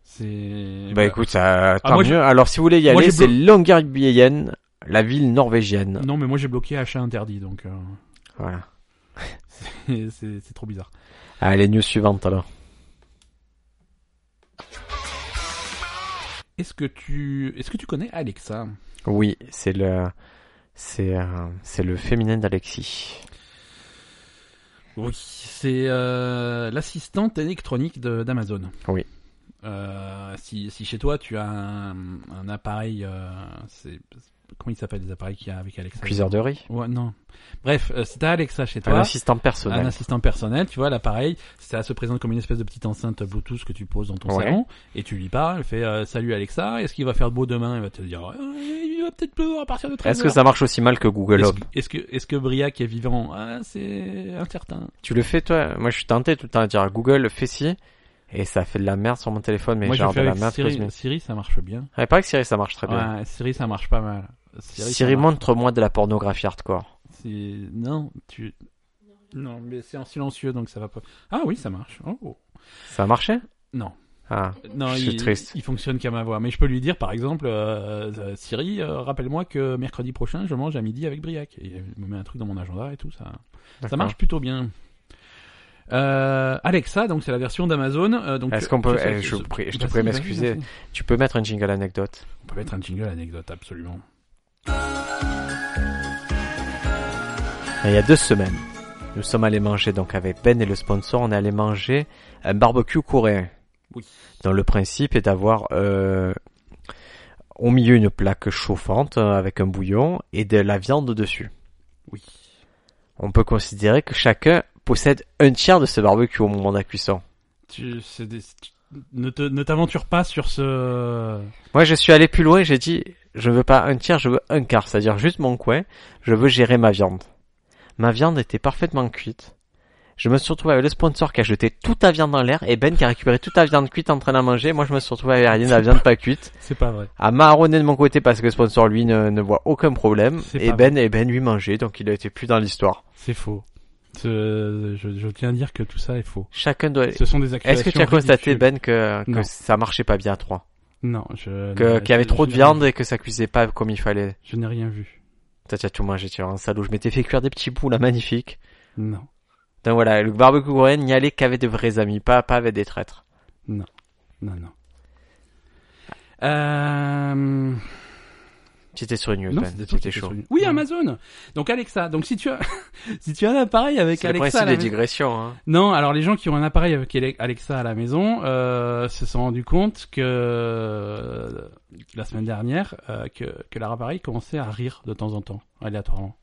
Speaker 2: C'est.
Speaker 1: bah, écoute, ça, tant
Speaker 2: euh, moi,
Speaker 1: mieux.
Speaker 2: je-
Speaker 1: Alors, si vous voulez y
Speaker 2: Moi,
Speaker 1: aller,
Speaker 2: j'ai
Speaker 1: c'est Longyearbyen, la ville norvégienne.
Speaker 2: Non, mais moi j'ai bloqué achat interdit, donc euh,
Speaker 1: Voilà.
Speaker 2: c'est- [LAUGHS] c'est c'est trop bizarre.
Speaker 1: Allez, news suivante, alors.
Speaker 2: Est-ce que tu est-ce que tu connais Alexa
Speaker 1: Oui, c'est le, c'est, euh, c'est le féminin d'Alexis.
Speaker 2: Oui. C'est euh, l'assistante électronique de- d'Amazon.
Speaker 1: Oui.
Speaker 2: Euh, si, si chez toi tu as un, un appareil, euh, c'est Comment ils s'appellent les appareils qu'il y a avec Alexa
Speaker 1: Cuiseur de riz.
Speaker 2: Ouais, non. Bref, euh, si t'as Alexa chez
Speaker 1: Un
Speaker 2: toi,
Speaker 1: assistant personnel.
Speaker 2: un assistant personnel, tu vois, l'appareil, ça se présente comme une espèce de petite enceinte Bluetooth que tu poses dans ton
Speaker 1: Ouais.
Speaker 2: salon, et tu lui parles, fais euh, salut Alexa, est-ce qu'il va faire beau demain Il va te dire, Euh, il va peut-être pleuvoir à partir de 13
Speaker 1: Est-ce que ça marche aussi mal que Google
Speaker 2: est-ce
Speaker 1: Home
Speaker 2: que, est-ce que, est-ce que Briac est vivant Ah, c'est incertain.
Speaker 1: Tu le fais toi Moi je suis tenté tout le temps à dire Google fais ci et ça fait de la merde sur mon téléphone mais
Speaker 2: Moi, je
Speaker 1: genre
Speaker 2: fais
Speaker 1: de la
Speaker 2: avec
Speaker 1: merde. que je
Speaker 2: Siri,
Speaker 1: mets.
Speaker 2: Siri, ça marche bien.
Speaker 1: Ah, il paraît que Siri ça marche très bien.
Speaker 2: Ouais, Siri, ça marche pas mal. ça
Speaker 1: Siri
Speaker 2: marche.
Speaker 1: montre-moi de la pornographie hardcore.
Speaker 2: C'est- Non, tu... Non, mais c'est en silencieux, donc ça va pas... Ah oui, ça marche. Oh.
Speaker 1: Ça a marché
Speaker 2: Non.
Speaker 1: Ah,
Speaker 2: Non,
Speaker 1: Je suis
Speaker 2: il,
Speaker 1: triste.
Speaker 2: il fonctionne qu'à ma voix. Mais je peux lui dire, par exemple, euh, euh, Siri, euh, rappelle-moi que mercredi prochain, je mange à midi avec Briac. Et elle me met un truc dans mon agenda et tout, ça, ça
Speaker 1: d'accord.
Speaker 2: marche plutôt bien. Euh, Alexa, donc c'est la version d'Amazon. euh, donc
Speaker 1: Est-ce
Speaker 2: tu-
Speaker 1: qu'on peut-
Speaker 2: tu sais-
Speaker 1: eh, je vous prie- je te
Speaker 2: Bah, Vas-y,
Speaker 1: prie de
Speaker 2: vas-y,
Speaker 1: m'excuser.
Speaker 2: vas-y.
Speaker 1: Tu peux mettre un jingle anecdote.
Speaker 2: On peut mettre un jingle anecdote, absolument.
Speaker 1: Ben, Il y a deux semaines, nous sommes allés manger donc avec Ben et le sponsor, on est allé manger un barbecue coréen.
Speaker 2: Oui.
Speaker 1: dont le principe est d'avoir euh, au milieu une plaque chauffante euh, avec un bouillon et de la viande dessus.
Speaker 2: Oui.
Speaker 1: On peut considérer que chacun possède un tiers de ce barbecue au moment de la cuisson.
Speaker 2: Tu, c'est des- tu- ne te- ne t'aventure pas sur ce...
Speaker 1: Moi, je suis allé plus loin, j'ai dit, je veux pas un tiers, je veux un quart, c'est-à-dire juste mon coin, je veux gérer ma viande. Ma viande était parfaitement cuite. Je me suis retrouvé avec le sponsor qui a jeté toute la viande dans l'air et Ben qui a récupéré toute la viande cuite en train de la manger. Moi, je me suis retrouvé avec rien de la viande pas cuite.
Speaker 2: C'est pas vrai.
Speaker 1: à marronner de mon côté parce que le sponsor lui ne, ne voit aucun problème
Speaker 2: C'est
Speaker 1: et
Speaker 2: pas
Speaker 1: Ben et Ben lui mangeait donc il a été plus dans l'histoire.
Speaker 2: C'est faux. Ce- je, je tiens à dire que tout ça est faux.
Speaker 1: Chacun doit.
Speaker 2: Ce sont des accusations
Speaker 1: Euh, Est-ce que tu as constaté
Speaker 2: ridicules.
Speaker 1: Ben que, que
Speaker 2: Non.
Speaker 1: ça marchait pas bien à trois,
Speaker 2: Non, je...
Speaker 1: que
Speaker 2: non,
Speaker 1: qu'il y avait
Speaker 2: je-
Speaker 1: trop de
Speaker 2: je n'ai rien-
Speaker 1: viande et que ça cuisait pas comme il fallait.
Speaker 2: Je n'ai rien vu.
Speaker 1: T'as t'as tout mangé, tu vois, un salaud. Je m'étais fait cuire des petits bouts là magnifiques.
Speaker 2: Non.
Speaker 1: Donc voilà, le barbecue coréen n'y allait qu'avec de vrais amis, pas pas avec des traîtres.
Speaker 2: Non, non. Euh...
Speaker 1: Tu étais sur une news,
Speaker 2: Non,
Speaker 1: Ben.
Speaker 2: c'était
Speaker 1: Tu
Speaker 2: toi
Speaker 1: étais
Speaker 2: qui étais
Speaker 1: chaud.
Speaker 2: sur une- Oui, Amazon. Donc Alexa. Donc si tu as, [LAUGHS] si tu as un appareil avec
Speaker 1: C'est le
Speaker 2: Alexa,
Speaker 1: principe
Speaker 2: à la
Speaker 1: des
Speaker 2: maison-
Speaker 1: digressions. Hein.
Speaker 2: non. Alors les gens qui ont un appareil avec Ale- Alexa à la maison euh, se sont rendus compte que euh, la semaine dernière euh, que que leur appareil commençait à rire de temps en temps, aléatoirement.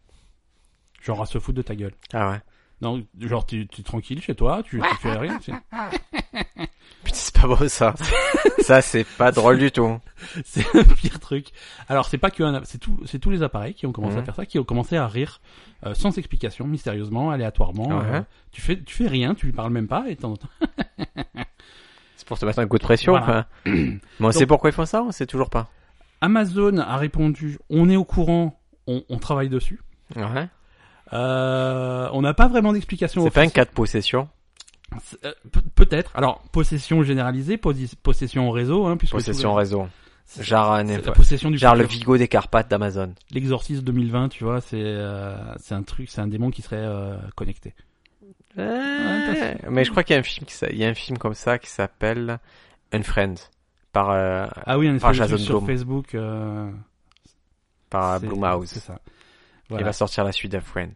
Speaker 2: Genre à se foutre de ta gueule.
Speaker 1: Ah ouais.
Speaker 2: Non, genre tu tu es tranquille chez toi, tu, tu fais
Speaker 1: [LAUGHS]
Speaker 2: rien. tu sais.
Speaker 1: Putain, c'est pas beau
Speaker 2: [LAUGHS]
Speaker 1: ça. ça c'est pas drôle du tout.
Speaker 2: C'est le pire truc. Alors c'est pas que un- c'est tout, c'est tous les appareils qui ont commencé
Speaker 1: Mhm.
Speaker 2: à faire ça, qui ont commencé à rire euh, sans explication, mystérieusement, aléatoirement.
Speaker 1: Ouais.
Speaker 2: euh, tu fais, tu fais rien, tu lui parles même pas et de temps en temps.
Speaker 1: C'est pour te mettre un coup de pression.
Speaker 2: [CLEARS THROAT] Voilà.
Speaker 1: quoi. Mais on sait
Speaker 2: Donc-
Speaker 1: pourquoi ils font ça, on sait toujours pas.
Speaker 2: Amazon a répondu, on est au courant, on, on travaille dessus.
Speaker 1: Ouais.
Speaker 2: Euh, on n'a pas vraiment d'explication.
Speaker 1: C'est pas un cas
Speaker 2: officielle.
Speaker 1: de possession.
Speaker 2: C'est- euh, pe- Peut-être. Alors possession généralisée, posi- possession au réseau, hein, puisque
Speaker 1: Possession
Speaker 2: tout-
Speaker 1: réseau.
Speaker 2: c'est-
Speaker 1: Genre, un
Speaker 2: c'est
Speaker 1: info-
Speaker 2: la possession du
Speaker 1: genre le
Speaker 2: futur.
Speaker 1: Vigo des Carpates d'Amazon.
Speaker 2: l'exorcisme 2020, tu vois, c'est euh, c'est un truc, c'est un démon qui serait euh, connecté.
Speaker 1: Ouais, Mais je crois qu'il y a un film qui s'a- il y a un film comme ça qui s'appelle Unfriend par euh,
Speaker 2: Ah oui, un espèce de
Speaker 1: Jason
Speaker 2: truc sur
Speaker 1: Blum.
Speaker 2: Facebook. euh,
Speaker 1: par
Speaker 2: c'est- C'est
Speaker 1: Blumhouse.
Speaker 2: ça.
Speaker 1: Il
Speaker 2: Voilà.
Speaker 1: va sortir la suite d'Unfriend.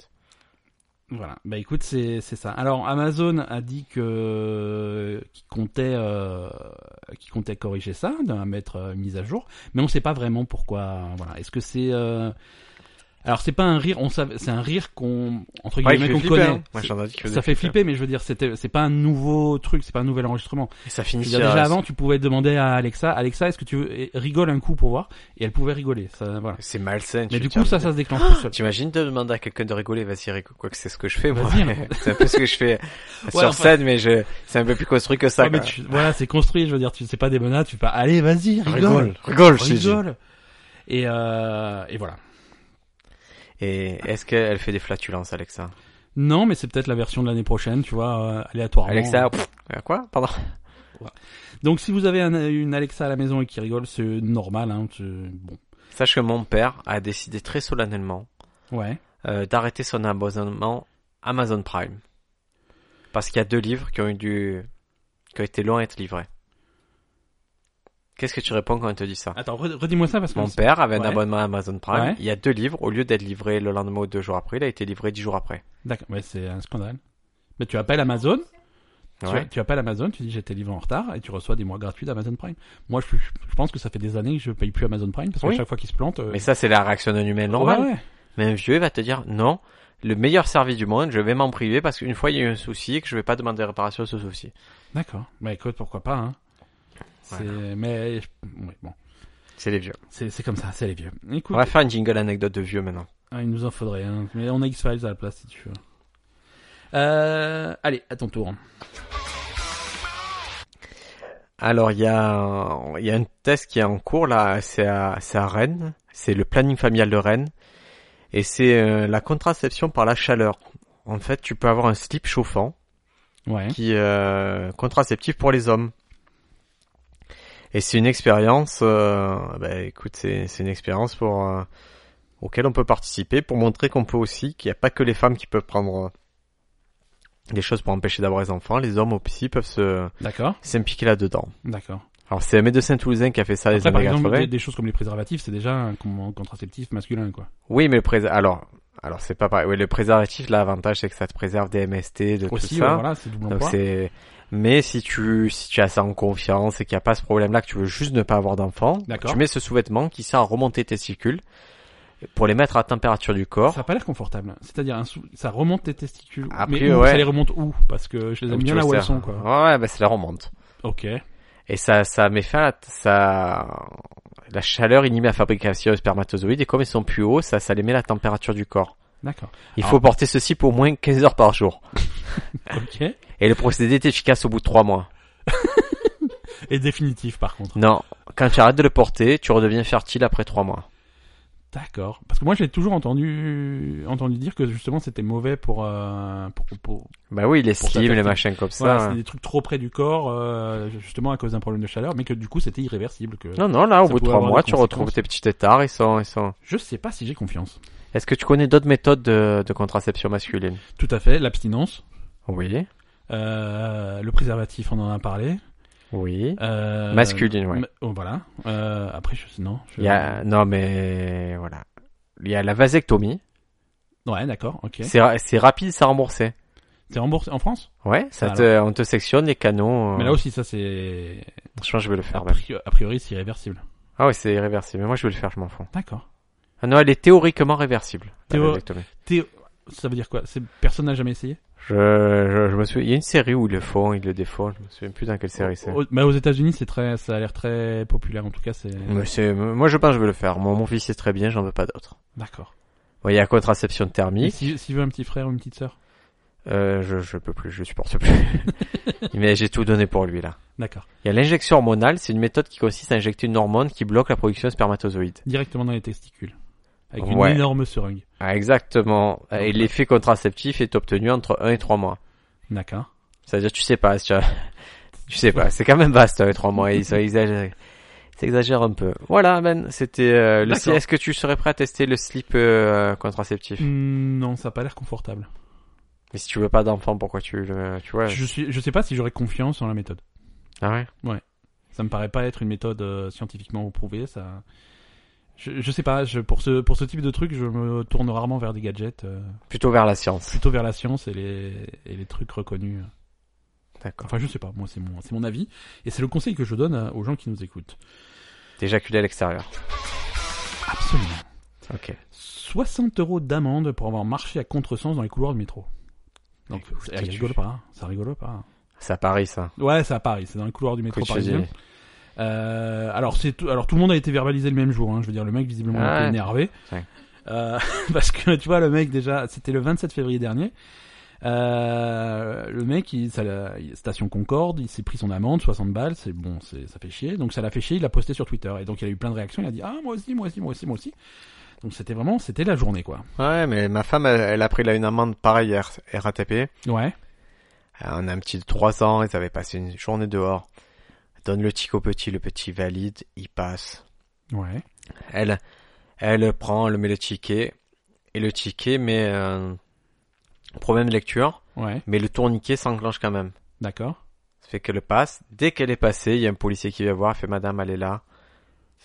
Speaker 2: Voilà. Bah écoute, c'est c'est ça. Alors Amazon a dit que qui comptait euh, qui comptait corriger ça, de la mettre euh, mise à jour, mais on sait pas vraiment pourquoi. Voilà. Est-ce que c'est euh, alors c'est pas un rire, on savait, c'est un rire qu'on entre guillemets qu'on connaît.
Speaker 1: hein. Moi, j'en ai dit que
Speaker 2: ça fait flipper, mais je veux dire, c'était c'est pas un nouveau truc, c'est pas un nouvel enregistrement.
Speaker 1: Et ça
Speaker 2: Je
Speaker 1: finit
Speaker 2: veux dire,
Speaker 1: sur-
Speaker 2: déjà avant, tu pouvais demander à Alexa, Alexa, est-ce que tu veux, eh, rigole un coup pour voir, et elle pouvait rigoler. Ça, voilà.
Speaker 1: C'est malsain.
Speaker 2: Mais
Speaker 1: tu
Speaker 2: du
Speaker 1: tiens-
Speaker 2: coup, ça, ça se déclenche tout seul.
Speaker 1: T'imagines de demander à quelqu'un de rigoler, vas-y, rigole, quoi que c'est ce que je fais, moi.
Speaker 2: Vas-y, alors.
Speaker 1: [LAUGHS] c'est un peu ce que je fais sur
Speaker 2: enfin-
Speaker 1: scène, mais je, c'est un peu plus construit que ça,
Speaker 2: Ouais, mais
Speaker 1: quoi.
Speaker 2: tu- voilà, c'est construit, je veux dire, tu sais pas des menaces, tu fais pas, allez, vas-y, rigole,
Speaker 1: rigole, rigole, je t'ai dit.
Speaker 2: rigole. Et, euh, et voilà.
Speaker 1: Et est-ce qu'elle fait des flatulences, Alexa?
Speaker 2: Non, mais c'est peut-être la version de l'année prochaine, tu vois, euh, aléatoirement.
Speaker 1: Alexa, pff, euh, quoi? Pardon.
Speaker 2: Donc si vous avez un- une Alexa à la maison et qui rigole, c'est normal, hein, tu- bon.
Speaker 1: Sache que mon père a décidé très solennellement
Speaker 2: Ouais.
Speaker 1: euh, d'arrêter son abonnement Amazon Prime. Parce qu'il y a deux livres qui ont eu du... qui ont été longs à être livrés. Qu'est-ce que tu réponds quand on te dit ça
Speaker 2: Attends, re- redis-moi ça parce que...
Speaker 1: Mon père avait un
Speaker 2: Ouais.
Speaker 1: abonnement Amazon Prime.
Speaker 2: Ouais.
Speaker 1: Il y a deux livres. Au lieu d'être livré le lendemain ou deux jours après, il a été livré dix jours après.
Speaker 2: D'accord, ouais, c'est un scandale. Mais tu appelles Amazon, Tu,
Speaker 1: Ouais.
Speaker 2: tu appelles Amazon, tu dis j'ai tes livres en retard et tu reçois des mois gratuits d'Amazon Prime. Moi, je, je pense que ça fait des années que je paye plus Amazon Prime parce que
Speaker 1: Oui.
Speaker 2: chaque fois qu'ils se plantent. euh,
Speaker 1: Mais ça, c'est la réaction d'un humain
Speaker 2: ouais,
Speaker 1: normal.
Speaker 2: ouais.
Speaker 1: Mais un vieux il va te dire non, le meilleur service du monde, je vais m'en priver parce qu'une fois il y a eu un souci et que je vais pas demander réparation à ce souci.
Speaker 2: D'accord. Bah écoute, pourquoi pas. Hein. C'est- Mais je- ouais, bon,
Speaker 1: C'est les vieux.
Speaker 2: c'est c'est comme ça, c'est les vieux. Écoute,
Speaker 1: On va faire une jingle anecdote de vieux maintenant.
Speaker 2: ah, il nous en faudrait. Hein. Mais on a X Files à la place si tu veux. Euh, allez, à ton tour.
Speaker 1: Alors il y a il y a un test qui est en cours là, c'est à c'est à Rennes, c'est le planning familial de Rennes et c'est euh, la contraception par la chaleur. En fait, tu peux avoir un slip chauffant
Speaker 2: Ouais.
Speaker 1: qui euh, contraceptif pour les hommes. Et c'est une expérience, euh, bah, écoute, c'est c'est une expérience pour euh, auquel on peut participer pour montrer qu'on peut aussi qu'il n'y a pas que les femmes qui peuvent prendre euh, des choses pour empêcher d'avoir des enfants, les hommes aussi peuvent se
Speaker 2: D'accord.
Speaker 1: s'impliquer là-dedans.
Speaker 2: D'accord.
Speaker 1: Alors c'est un médecin toulousain qui a fait ça les
Speaker 2: Après, par
Speaker 1: années
Speaker 2: exemple,
Speaker 1: 80.
Speaker 2: des, des choses comme les préservatifs, c'est déjà un con- contraceptif masculin, quoi.
Speaker 1: Oui, mais le prés- alors alors c'est pas pareil. Oui, le préservatif, l'avantage c'est que ça te préserve des MST, de tout
Speaker 2: Aussi,
Speaker 1: ça.
Speaker 2: ouais, voilà, c'est double
Speaker 1: Donc
Speaker 2: emploi.
Speaker 1: c'est mais si tu si tu as ça en confiance et qu'il n'y a pas ce problème là que tu veux juste ne pas avoir d'enfant,
Speaker 2: D'accord.
Speaker 1: tu mets ce sous-vêtement qui sert à remonter tes testicules pour les mettre à température du corps.
Speaker 2: Ça n'a pas l'air confortable. C'est-à-dire, un sou- ça remonte tes testicules.
Speaker 1: Après,
Speaker 2: mais où
Speaker 1: Ah, ouais.
Speaker 2: ça les remonte où Parce que je les
Speaker 1: Ou
Speaker 2: aime
Speaker 1: tu
Speaker 2: bien
Speaker 1: le
Speaker 2: là où elles
Speaker 1: serres.
Speaker 2: sont, quoi.
Speaker 1: Ouais, bah ça la remonte.
Speaker 2: Ok.
Speaker 1: Et ça ça met fin à t- ça la chaleur inhibée à la fabrication de spermatozoïdes et comme ils sont plus hauts, ça ça les met à la température du corps.
Speaker 2: D'accord.
Speaker 1: Il
Speaker 2: Ah.
Speaker 1: faut porter ceci pour au moins 15 heures par jour.
Speaker 2: Ok.
Speaker 1: Et le procédé est efficace au bout de 3 mois.
Speaker 2: Et définitif, par contre.
Speaker 1: Non, quand tu arrêtes de le porter, tu redeviens fertile après 3 mois.
Speaker 2: D'accord. Parce que moi, j'ai toujours entendu, entendu dire que justement, c'était mauvais pour, euh, pour, pour-
Speaker 1: Bah oui, les
Speaker 2: Pour ta
Speaker 1: slims, les
Speaker 2: fertilité.
Speaker 1: machins comme ça.
Speaker 2: voilà, c'est des trucs trop près du corps, euh, justement à cause d'un problème de chaleur, mais que du coup, c'était irréversible. Que
Speaker 1: Non, non, là, au
Speaker 2: Ça
Speaker 1: bout de
Speaker 2: pouvait
Speaker 1: trois
Speaker 2: avoir
Speaker 1: mois,
Speaker 2: des
Speaker 1: tu retrouves
Speaker 2: conséquences.
Speaker 1: tes petits tétards, ils sont, ils sont.
Speaker 2: je sais pas si j'ai confiance.
Speaker 1: Est-ce que tu connais d'autres méthodes de, de contraception masculine?
Speaker 2: Tout à fait. L'abstinence,
Speaker 1: Oui.
Speaker 2: euh, le préservatif, on en a parlé.
Speaker 1: Oui.
Speaker 2: Euh,
Speaker 1: Masculine, ouais.
Speaker 2: ma- oh, voilà. Euh, après, je, non. Je...
Speaker 1: Il y a, non, mais, voilà. Il y a la vasectomie.
Speaker 2: Ouais, d'accord. Ok.
Speaker 1: C'est, ra- c'est rapide, c'est remboursé.
Speaker 2: C'est remboursé en France
Speaker 1: Ouais, ça te, on te sectionne les canaux. euh,
Speaker 2: Ah, Mais là aussi, ça c'est
Speaker 1: Je pense que je vais le
Speaker 2: a
Speaker 1: faire, même.
Speaker 2: priori, a priori, c'est irréversible.
Speaker 1: Ah ouais, c'est réversible. Mais moi, je vais le faire, je m'en fous.
Speaker 2: D'accord.
Speaker 1: Ah non, elle est théoriquement réversible. Bah, la
Speaker 2: Théo-
Speaker 1: vasectomie.
Speaker 2: Théo- Ça veut dire quoi C'est personne n'a jamais essayé
Speaker 1: Je, je, je me souviens, il y a une série où ils le font, ils le défont. Je me souviens plus dans quelle série c'est.
Speaker 2: Au- bah, aux États-Unis, c'est très, ça a l'air très populaire. En tout cas, c'est
Speaker 1: Mais c'est, moi, je pense que je vais le faire. Mon, mon fils est très bien, j'en veux pas d'autres.
Speaker 2: d'accord.
Speaker 1: Oui, il y a contraception
Speaker 2: Et
Speaker 1: thermique.
Speaker 2: si, si veut un petit frère ou une petite sœur,
Speaker 1: Euh, je, je peux plus, je supporte
Speaker 2: [LAUGHS]
Speaker 1: plus. Mais j'ai tout donné pour lui là.
Speaker 2: d'accord,
Speaker 1: Il y a l'injection hormonale, c'est une méthode qui consiste à injecter une hormone qui bloque la production de spermatozoïdes.
Speaker 2: directement dans les testicules, avec une
Speaker 1: Ouais.
Speaker 2: énorme seringue.
Speaker 1: Ah, exactement. Et l'effet contraceptif est obtenu entre 1 et 3 mois. [LAUGHS]
Speaker 2: D'accord.
Speaker 1: C'est-à-dire, tu sais pas, tu, as- [LAUGHS] tu sais pas, c'est quand même vaste, 1 et 3 mois, ils sont exagérés. S'exagèrent un peu. Voilà, Ben, c'était euh, le
Speaker 2: D'accord.
Speaker 1: Est-ce que tu serais prêt à tester le slip euh, contraceptif
Speaker 2: Hmm, non, ça a pas l'air confortable.
Speaker 1: Mais si tu veux pas d'enfant, pourquoi tu le... Tu vois
Speaker 2: Je suis, je sais pas si j'aurais confiance en la méthode.
Speaker 1: Ah ouais
Speaker 2: Ça me paraît pas être une méthode euh, scientifiquement prouvée. Ça, je, je sais pas. Je, pour ce, pour ce type de truc, je me tourne rarement vers des gadgets, euh,
Speaker 1: Plutôt vers la science.
Speaker 2: plutôt vers la science et les, et les trucs reconnus.
Speaker 1: D'accord.
Speaker 2: Enfin, je sais pas. Moi, c'est mon, c'est mon avis et c'est le conseil que je donne à- aux gens qui nous écoutent.
Speaker 1: D'éjaculer à l'extérieur.
Speaker 2: Absolument.
Speaker 1: Ok.
Speaker 2: 60 euros d'amende pour avoir marché à contresens dans les couloirs de métro. Donc,
Speaker 1: Écoute,
Speaker 2: ça
Speaker 1: qu'est-ce que
Speaker 2: rigole
Speaker 1: tu
Speaker 2: pas, hein. ça rigole pas. hein.
Speaker 1: C'est à Paris, ça.
Speaker 2: Ouais, c'est à Paris, c'est dans les couloirs du métro
Speaker 1: Que tu
Speaker 2: parisien.
Speaker 1: dis.
Speaker 2: Euh, alors, c'est tout, alors tout le monde a été verbalisé le même jour. Hein. Je veux dire, le mec visiblement
Speaker 1: Ah
Speaker 2: était
Speaker 1: ouais.
Speaker 2: énervé
Speaker 1: Ouais.
Speaker 2: Euh, [LAUGHS] parce que tu vois, le mec déjà, c'était le 27 février dernier. Euh, le mec, il, ça l'a- il- station Concorde, il s'est pris son amende, 60 balles, c'est bon, c'est, ça fait chier. Donc ça l'a fait chier, il l'a posté sur Twitter et donc il a eu plein de réactions. Il a dit ah moi aussi, moi aussi, moi aussi, moi aussi. Donc c'était vraiment, c'était la journée quoi.
Speaker 1: Ouais, mais ma femme, elle, elle a pris là, une amende pareille à R- RATP.
Speaker 2: Ouais.
Speaker 1: Euh, On a un petit de 3 ans, ils avaient passé une journée dehors. Donne le tic au petit, le petit valide, il passe.
Speaker 2: Ouais.
Speaker 1: Elle, elle prend, elle met le ticket. Et le ticket met euh, problème de lecture,
Speaker 2: Ouais.
Speaker 1: mais le tourniquet s'enclenche quand même.
Speaker 2: D'accord.
Speaker 1: Ça fait qu'elle passe. Dès qu'elle est passée, il y a un policier qui vient voir, elle fait Madame, elle est là.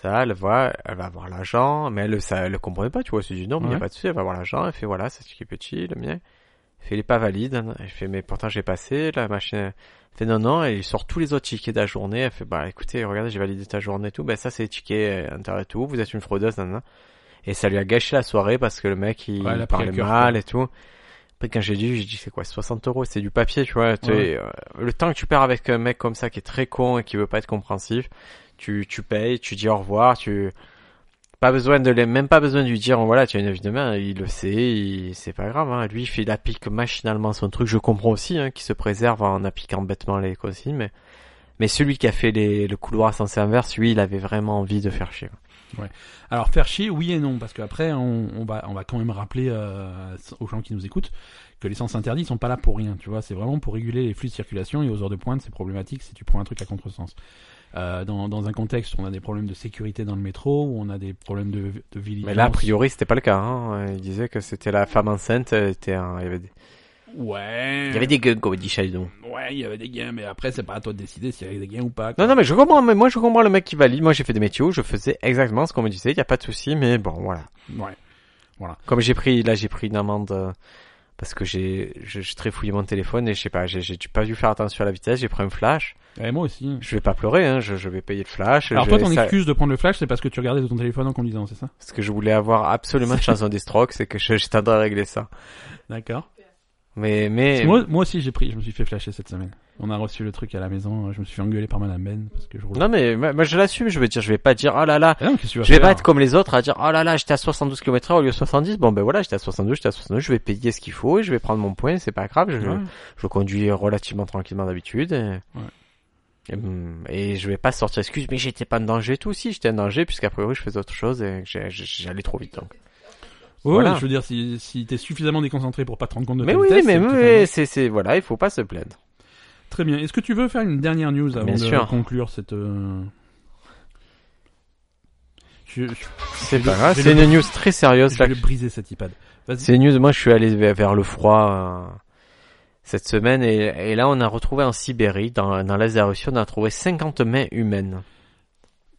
Speaker 1: Ça, elle voit, elle va voir l'agent, mais elle, ça, elle le comprenait pas, tu vois. Elle se dit non, mais il y a
Speaker 2: Ouais.
Speaker 1: pas de souci, elle va voir l'agent, elle fait voilà, c'est ce qui est petit, le mien. fait, il est pas valide. Je fais, mais pourtant j'ai passé, la machine elle fait non, non, et il sort tous les autres tickets de la journée. Elle fait, bah écoutez, regardez, j'ai validé ta journée et tout. Ben ça, c'est les tickets euh, internet et tout. Vous êtes une fraudeuse, nanana. Et ça lui a gâché la soirée parce que le mec, il
Speaker 2: Ouais, elle a pris à
Speaker 1: parlait
Speaker 2: cœur,
Speaker 1: mal
Speaker 2: quoi.
Speaker 1: et tout. Après, quand j'ai dit, j'ai dit, c'est quoi, 60 euros, c'est du papier, tu vois. t'es,
Speaker 2: Ouais.
Speaker 1: euh, le temps que tu perds avec un mec comme ça qui est très con et qui veut pas être compréhensif, tu, tu payes, tu dis au revoir, tu, pas besoin de les, même pas besoin de lui dire, voilà, tu as une vie de main, il le sait, il- c'est pas grave, hein. Lui, il fait, il applique machinalement son truc. Je comprends aussi, hein, qu'il se préserve en appliquant bêtement les consignes, mais, mais celui qui a fait les, le couloir à sens inverse, lui, il avait vraiment envie de faire chier.
Speaker 2: Alors faire chier, oui et non, parce qu'après on, on va on va quand même rappeler euh, aux gens qui nous écoutent que les sens interdits ils sont pas là pour rien, tu vois, c'est vraiment pour réguler les flux de circulation et aux heures de pointe c'est problématique si tu prends un truc à contresens. Euh, dans, dans un contexte où on a des problèmes de sécurité dans le métro, où on a des problèmes de, de vigilance.
Speaker 1: Mais là, a priori, c'était pas le cas. Hein. Il disait que c'était la femme enceinte. elle était un- Il y avait des,
Speaker 2: ouais,
Speaker 1: il y avait des gueux, comme dit Sheldon.
Speaker 2: ouais, il y avait des gains, mais après c'est pas à toi de décider s'il y avait des gains ou pas. quoi.
Speaker 1: Non, non, mais je comprends. Mais moi, je comprends le mec qui valide. Moi, j'ai fait des métiers où je faisais exactement ce qu'on me disait. Il y a pas de souci. Mais bon, voilà.
Speaker 2: Ouais.
Speaker 1: Comme j'ai pris, là, j'ai pris une amende euh, parce que j'ai, je- j'ai tréfouillé mon téléphone et je sais pas, j'ai, j'ai dû- pas dû faire attention à la vitesse. J'ai pris un flash.
Speaker 2: Ouais, moi aussi.
Speaker 1: Je vais pas pleurer. Hein. Je, je vais payer le flash.
Speaker 2: Alors
Speaker 1: je
Speaker 2: toi
Speaker 1: vais-
Speaker 2: ton
Speaker 1: ça-
Speaker 2: excuse de prendre le flash c'est parce que tu regardais de ton téléphone en conduisant, c'est ça
Speaker 1: Ce que je voulais avoir absolument de chanson des strokes, c'est que je- j'étais en train de régler ça.
Speaker 2: D'accord.
Speaker 1: Mais, mais.
Speaker 2: Parce que Moi, moi aussi j'ai pris, je me suis fait flasher cette semaine. On a reçu le truc à la maison, je me suis fait engueuler par Madame Ben parce que je roulais.
Speaker 1: Non, mais moi, moi, je l'assume. Je veux dire, je vais pas dire, oh là là,
Speaker 2: Ah non, qu'est-ce que tu vas
Speaker 1: Je vais
Speaker 2: faire
Speaker 1: pas être comme les autres à dire oh là là j'étais à 72 km/h au lieu de 70 bon ben voilà j'étais à 72 j'étais à 72 je vais payer ce qu'il faut et je vais prendre mon point c'est pas grave je,
Speaker 2: Ouais.
Speaker 1: je conduis relativement tranquillement d'habitude et, et,
Speaker 2: Ouais.
Speaker 1: hum, et je vais pas sortir excuse mais j'étais pas en danger et tout si j'étais en danger puisqu'a priori je faisais autre chose et que j'ai- j'ai- j'allais trop vite donc
Speaker 2: Ouais,
Speaker 1: Voilà.
Speaker 2: mais Je veux dire, si, si t'es suffisamment déconcentré pour pas te rendre compte de
Speaker 1: mais
Speaker 2: ta
Speaker 1: oui
Speaker 2: vitesse,
Speaker 1: mais
Speaker 2: c'est
Speaker 1: oui
Speaker 2: totalement-
Speaker 1: c'est c'est voilà il faut pas se plaindre
Speaker 2: Très bien. Est-ce que tu veux faire une dernière news avant
Speaker 1: Bien
Speaker 2: de
Speaker 1: sûr.
Speaker 2: conclure cette. euh, Je, je-
Speaker 1: c'est
Speaker 2: vais-
Speaker 1: pas grave
Speaker 2: je
Speaker 1: c'est
Speaker 2: vais
Speaker 1: une news très
Speaker 2: je
Speaker 1: sérieuse là,
Speaker 2: vais le briser cet iPad. Vas-y.
Speaker 1: C'est news, moi je suis allé vers vers le froid euh, cette semaine et, et là on a retrouvé en Sibérie, dans, dans l'Est de la Russie, on a trouvé 50 mains humaines.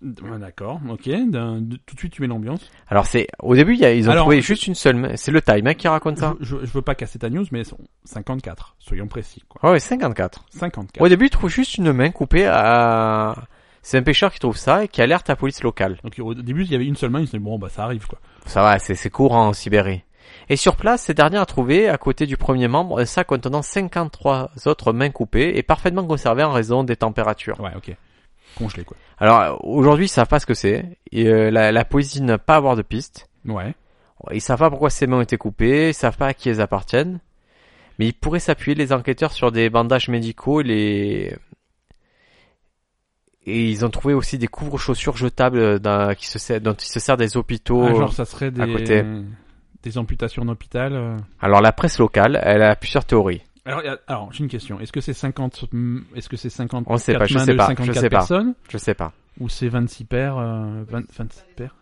Speaker 2: Ouais, D'accord, ok. D'un- de- Tout de suite, tu mets l'ambiance.
Speaker 1: Alors c'est au début il y a- ils ont
Speaker 2: Alors,
Speaker 1: trouvé juste une seule main, c'est le Time hein, qui raconte
Speaker 2: Je,
Speaker 1: ça.
Speaker 2: je, je veux pas casser ta news, mais elles sont 54, soyons précis. Quoi.
Speaker 1: Ouais, ouais, 54.
Speaker 2: 54.
Speaker 1: Au début ils trouvent juste une main coupée à... C'est un pêcheur qui trouve ça et qui alerte la police locale.
Speaker 2: Donc au début, il y avait une seule main, ils se disaient, bon, bah ça arrive quoi.
Speaker 1: Ça va, c'est c'est courant en Sibérie. Et sur place, ces derniers a trouvé, à côté du premier membre, un sac contenant 53 autres mains coupées et parfaitement conservées en raison des températures.
Speaker 2: Ouais, ok. Congelé quoi.
Speaker 1: Alors euh, aujourd'hui, ils savent pas ce que c'est. Et euh, la, la police dit ne pas avoir de piste.
Speaker 2: Ouais.
Speaker 1: Ils savent pas pourquoi ces mains ont été coupées. Ils savent pas à qui elles appartiennent. Mais ils pourraient s'appuyer les enquêteurs sur des bandages médicaux. Les et ils ont trouvé aussi des couvre-chaussures jetables euh, d'un- qui se ser- dont ils se servent des hôpitaux.
Speaker 2: Ah, genre, ça serait des,
Speaker 1: à côté.
Speaker 2: des amputations d'hôpital. euh.
Speaker 1: Alors la presse locale, elle a plusieurs théories.
Speaker 2: Alors, y a- alors j'ai une question. Est-ce que c'est 50, mm, est-ce que c'est 50,
Speaker 1: On sait pas, je
Speaker 2: mains
Speaker 1: sais
Speaker 2: de
Speaker 1: pas,
Speaker 2: 54
Speaker 1: je sais pas.
Speaker 2: personnes,
Speaker 1: Je sais pas.
Speaker 2: ou c'est 26 paires, euh, 20 26 paires?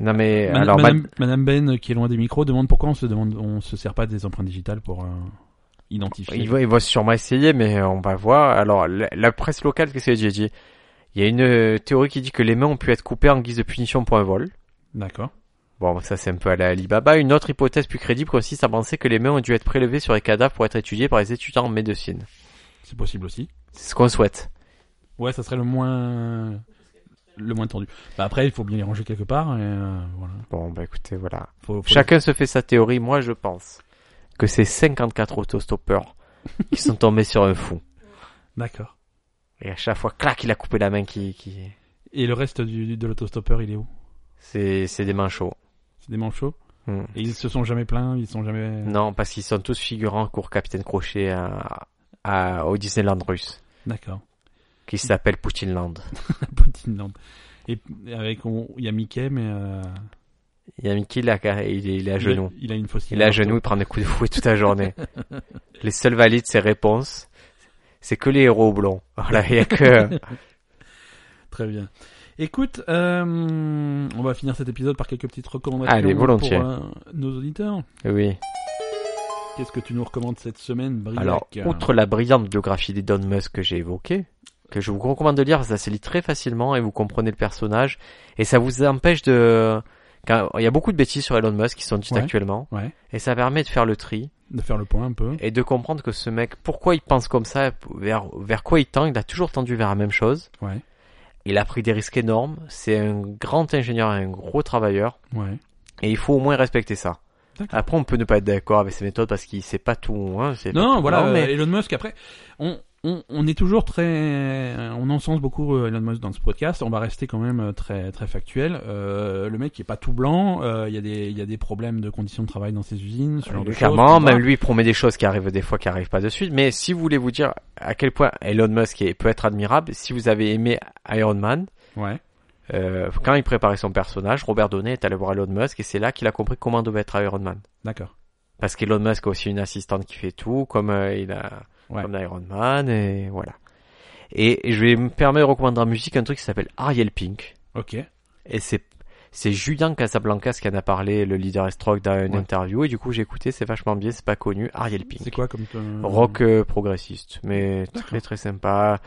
Speaker 1: Non mais
Speaker 2: Madame-
Speaker 1: alors
Speaker 2: Madame, Madame Ben, qui est loin des micros, demande pourquoi on se demande, on se sert pas des empreintes digitales pour euh, identifier.
Speaker 1: Ils vont, ils vont sûrement essayer, mais euh, on va voir. Alors, la, la presse locale, qu'est-ce que j'ai dit Il y a une euh, théorie qui dit que les mains ont pu être coupées en guise de punition pour un vol.
Speaker 2: D'accord.
Speaker 1: Bon, ça c'est un peu à la Alibaba. Une autre hypothèse plus crédible consiste à penser que les mains ont dû être prélevées sur les cadavres pour être étudiées par les étudiants en médecine.
Speaker 2: C'est possible aussi.
Speaker 1: C'est ce qu'on souhaite.
Speaker 2: Ouais, ça serait le moins, le moins tendu. Bah après, il faut bien les ranger quelque part, et euh, voilà.
Speaker 1: Bon, bah écoutez, voilà.
Speaker 2: Faut- faut-
Speaker 1: Chacun se fait sa théorie. Moi, je pense que c'est 54 autostoppeurs [LAUGHS] qui sont tombés sur un fou.
Speaker 2: D'accord.
Speaker 1: Et à chaque fois, clac, il a coupé la main qui... qui...
Speaker 2: Et le reste du, de l'autostoppeur, il est où?
Speaker 1: C'est c'est des manchots.
Speaker 2: C'est des manchots?
Speaker 1: Hmm.
Speaker 2: Et ils se sont jamais plaints, ils sont jamais.
Speaker 1: Non, parce qu'ils sont tous figurants cours Capitaine Crochet à, à- au Disneyland russe,
Speaker 2: D'accord.
Speaker 1: qui s'appelle Poutinland.
Speaker 2: Poutine Land. Et et avec, on- il y a Mickey, mais. euh,
Speaker 1: Il y a Mickey là, qui a- il est, il est à
Speaker 2: il
Speaker 1: genoux.
Speaker 2: a- Il a une fausse
Speaker 1: Il est à genoux, il prend des coups de fouet toute la
Speaker 2: [LAUGHS]
Speaker 1: journée. les seuls valides, ses réponses, c'est que les héros blonds. Voilà, il y a que...
Speaker 2: [LAUGHS] Très bien. Écoute, euh, on va finir cet épisode par quelques petites recommandations.
Speaker 1: Allez, volontiers.
Speaker 2: Pour euh, nos auditeurs.
Speaker 1: Oui.
Speaker 2: Qu'est-ce que tu nous recommandes cette semaine, Briac
Speaker 1: Alors,
Speaker 2: Euh,
Speaker 1: outre la brillante biographie d'Elon Musk que j'ai évoquée, que je vous recommande de lire, ça se lit très facilement et vous comprenez le personnage, et ça vous empêche de... Quand- il y a beaucoup de bêtises sur Elon Musk qui sont dites
Speaker 2: Ouais.
Speaker 1: actuellement,
Speaker 2: Ouais.
Speaker 1: et ça permet de faire le tri
Speaker 2: euh, De faire le point un peu.
Speaker 1: et de comprendre que ce mec, pourquoi il pense comme ça, vers, vers quoi il tend, il a toujours tendu vers la même chose.
Speaker 2: Ouais.
Speaker 1: Il a pris des risques énormes, c'est un grand ingénieur et un gros travailleur,
Speaker 2: Ouais.
Speaker 1: et il faut au moins respecter ça.
Speaker 2: D'accord.
Speaker 1: Après, on peut ne pas être d'accord avec ses méthodes parce qu'il sait pas tout. Hein, c'est
Speaker 2: Non,
Speaker 1: pas
Speaker 2: non,
Speaker 1: tout.
Speaker 2: voilà,
Speaker 1: mais
Speaker 2: euh, Elon Musk, après, on, on, on est toujours très... On encense beaucoup euh, Elon Musk dans ce podcast, on va rester quand même euh, très, très factuel. Euh, le mec, il est pas tout blanc, euh, il y, a des- il y a des problèmes de conditions de travail dans ses usines, ce genre de choses.
Speaker 1: clairement,
Speaker 2: etc.
Speaker 1: même lui il promet des choses qui arrivent des fois qui arrivent pas de suite. Mais si vous voulez vous dire à quel point Elon Musk est- peut être admirable, si vous avez aimé Iron Man,
Speaker 2: Ouais,
Speaker 1: Euh, quand il préparait son personnage, Robert Downey est allé voir Elon Musk et c'est là qu'il a compris comment devait être Iron Man.
Speaker 2: d'accord.
Speaker 1: Parce qu'Elon Musk a aussi une assistante qui fait tout, comme euh, il a
Speaker 2: Ouais.
Speaker 1: comme Iron Man et voilà. Et je vais me permettre de recommander en musique un truc qui s'appelle Ariel Pink
Speaker 2: Ok,
Speaker 1: et c'est c'est Julien Casablancas qui en a parlé, le leader Stroke dans une
Speaker 2: Ouais.
Speaker 1: interview et du coup j'ai écouté, c'est vachement bien, c'est pas connu, Ariel Pink.
Speaker 2: c'est quoi comme... euh,
Speaker 1: Rock euh, progressiste, mais très très sympa.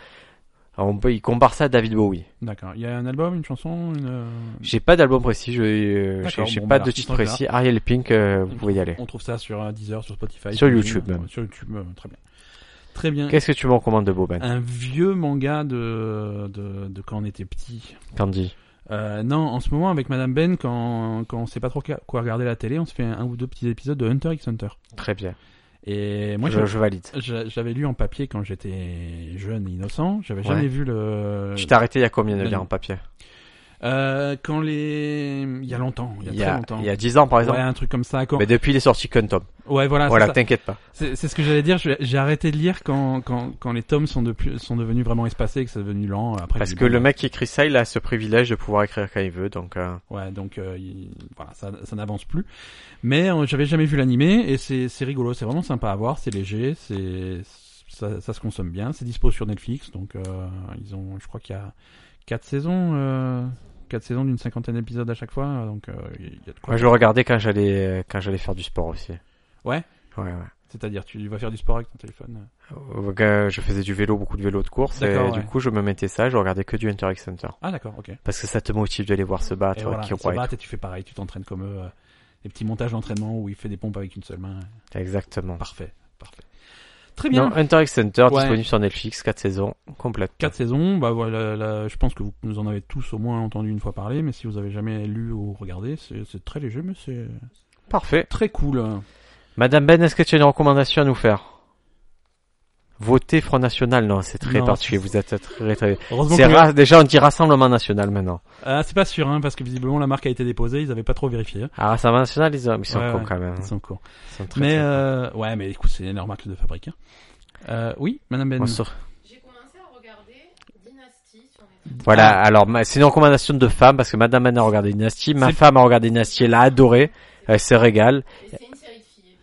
Speaker 1: On peut, il compare ça à David Bowie.
Speaker 2: D'accord, il y a un album, une chanson, une... euh,
Speaker 1: J'ai pas d'album précis, je euh, j'ai
Speaker 2: D'accord,
Speaker 1: j'ai
Speaker 2: bon,
Speaker 1: pas
Speaker 2: bah,
Speaker 1: de
Speaker 2: l'artiste
Speaker 1: titre
Speaker 2: en
Speaker 1: précis. Ariel Pink, euh, vous
Speaker 2: Ok.
Speaker 1: pouvez y aller.
Speaker 2: On trouve ça sur euh, Deezer, sur Spotify.
Speaker 1: Sur
Speaker 2: j'imagine.
Speaker 1: YouTube, même.
Speaker 2: Sur YouTube, euh, très bien. Très bien.
Speaker 1: Qu'est-ce que tu me recommandes de Ben? Boban
Speaker 2: Un vieux manga de, de, de quand on était petit.
Speaker 1: Candy
Speaker 2: Euh, non, en ce moment, avec Madame Ben, quand, quand on sait pas trop qua- quoi regarder à la télé, on se fait un, un ou deux petits épisodes de Hunter x Hunter.
Speaker 1: Très bien.
Speaker 2: Et moi,
Speaker 1: je,
Speaker 2: je-
Speaker 1: je valide.
Speaker 2: je- j'avais lu en papier quand j'étais jeune et innocent. J'avais jamais
Speaker 1: Ouais.
Speaker 2: vu le.
Speaker 1: Tu t'es arrêté il y a combien de
Speaker 2: Ben-
Speaker 1: liens en papier
Speaker 2: Euh, quand les. Il y a longtemps, il y a, très longtemps.
Speaker 1: il y a 10 ans par exemple.
Speaker 2: Ouais, un truc comme ça. Quand...
Speaker 1: Mais depuis il est sorti qu'un tome.
Speaker 2: Ouais, voilà. c'est
Speaker 1: voilà,
Speaker 2: ça.
Speaker 1: t'inquiète pas.
Speaker 2: C'est c'est ce que j'allais dire. je- J'ai arrêté de lire quand, quand, quand les tomes sont, de plus- sont devenus vraiment espacés et que c'est devenu lent. Après,
Speaker 1: Parce
Speaker 2: j'ai
Speaker 1: que
Speaker 2: lu-
Speaker 1: le mec qui écrit ça, il a ce privilège de pouvoir écrire quand il veut, donc euh,
Speaker 2: Ouais, donc euh, il- voilà, ça, ça n'avance plus. Mais euh, j'avais jamais vu l'animé et c'est c'est rigolo. C'est vraiment sympa à voir. C'est léger. C'est ça, ça se consomme bien. C'est dispo sur Netflix. Donc euh, ils ont, je crois qu'il y a quatre saisons. Euh... Quatre saisons d'une cinquantaine d'épisodes à chaque fois, donc euh, il y a de quoi.
Speaker 1: moi je le regardais quand j'allais quand j'allais faire du sport aussi.
Speaker 2: Ouais.
Speaker 1: Ouais ouais.
Speaker 2: C'est-à-dire, tu vas faire du sport avec ton téléphone.
Speaker 1: Euh, euh, Je faisais du vélo, beaucoup de vélo de course, et
Speaker 2: D'accord, ouais.
Speaker 1: du coup je me mettais ça, je regardais que du Hunter x Hunter.
Speaker 2: Ah d'accord, ok.
Speaker 1: Parce que ça te motive de les voir se battre,
Speaker 2: Et voilà,
Speaker 1: qui
Speaker 2: ils se
Speaker 1: roient et
Speaker 2: battent et tu fais pareil, tu t'entraînes comme eux. euh, Des petits montages d'entraînement où il fait des pompes avec une seule main.
Speaker 1: tout. Exactement.
Speaker 2: Parfait, parfait. Très bien.
Speaker 1: Non, Hunter x Hunter
Speaker 2: Ouais.
Speaker 1: disponible sur Netflix, 4 saisons complètes.
Speaker 2: Quatre saisons, bah voilà, là, je pense que vous nous en avez tous au moins entendu une fois parler, mais si vous avez jamais lu ou regardé, c'est c'est très léger, mais c'est
Speaker 1: Parfait.
Speaker 2: très cool.
Speaker 1: Madame Ben, est-ce que tu as une recommandation à nous faire Voter Front National, non, c'est très
Speaker 2: Non,
Speaker 1: particulier.
Speaker 2: c'est-
Speaker 1: Vous êtes très très.
Speaker 2: Heureusement
Speaker 1: C'est
Speaker 2: que-
Speaker 1: ra- Déjà, on dit Rassemblement National maintenant.
Speaker 2: Ah, c'est pas sûr, hein, parce que visiblement la marque a été déposée, ils n'avaient pas trop vérifié. hein,
Speaker 1: Ah, Rassemblement National, ils, ont... ils sont
Speaker 2: Ouais,
Speaker 1: cons
Speaker 2: ouais.
Speaker 1: quand même. hein.
Speaker 2: Ils sont courts.
Speaker 1: Ils sont Mmh. très,
Speaker 2: Mais
Speaker 1: très cons.
Speaker 2: euh, ouais, mais écoute, c'est leur marque de fabrique. hein. Euh, oui, Madame Ben.
Speaker 1: On sort-
Speaker 4: J'ai commencé à regarder Dynasty sur Netflix.
Speaker 2: Ah,
Speaker 1: Voilà. Alors, ma- c'est une recommandation de femme parce que Madame Ben a regardé Dynasty, ma
Speaker 2: C'est-
Speaker 1: femme a regardé Dynasty, elle a adoré. euh, Elle se régale.
Speaker 4: Et c'est une série de filles.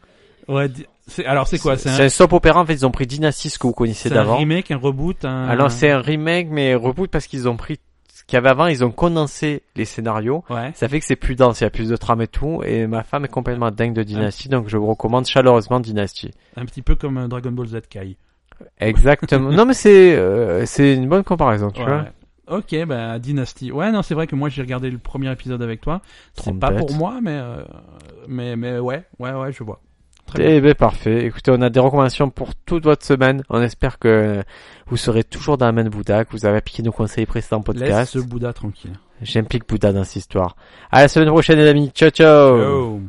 Speaker 2: Ouais, di- c'est- alors c'est quoi C'est
Speaker 1: C'est
Speaker 2: un,
Speaker 1: un soap opéra. En fait, ils ont pris Dynasty, ce que vous connaissez
Speaker 2: c'est un
Speaker 1: d'avant.
Speaker 2: remake, un reboot, un.
Speaker 1: Alors c'est un remake mais reboot parce qu'ils ont pris ce qu'il y avait avant, ils ont condensé les scénarios.
Speaker 2: Ouais.
Speaker 1: Ça fait que c'est plus dense, il y a plus de trame et tout. Et ma femme est complètement dingue de Dynasty, donc je vous recommande chaleureusement Dynasty.
Speaker 2: Un petit peu comme euh, Dragon Ball Z Kai. [LAUGHS]
Speaker 1: Exactement. non mais c'est euh, c'est une bonne comparaison, tu
Speaker 2: Ouais,
Speaker 1: vois.
Speaker 2: ouais. Ok, bah Dynasty. Ouais, non, c'est vrai que moi j'ai regardé le premier épisode avec toi. C'est
Speaker 1: Trompe
Speaker 2: pas
Speaker 1: bête.
Speaker 2: pour moi, mais euh, mais mais ouais, ouais, ouais, je vois. Très bien.
Speaker 1: Eh ben parfait. Écoutez, on a des recommandations pour toute votre semaine. On espère que vous serez toujours dans la main de Bouddha, que vous avez appliqué nos conseils précédents
Speaker 2: Laisse
Speaker 1: podcast.
Speaker 2: ce Bouddha tranquille.
Speaker 1: J'implique Bouddha dans cette histoire. À la semaine prochaine les amis. Ciao ciao.
Speaker 2: Oh.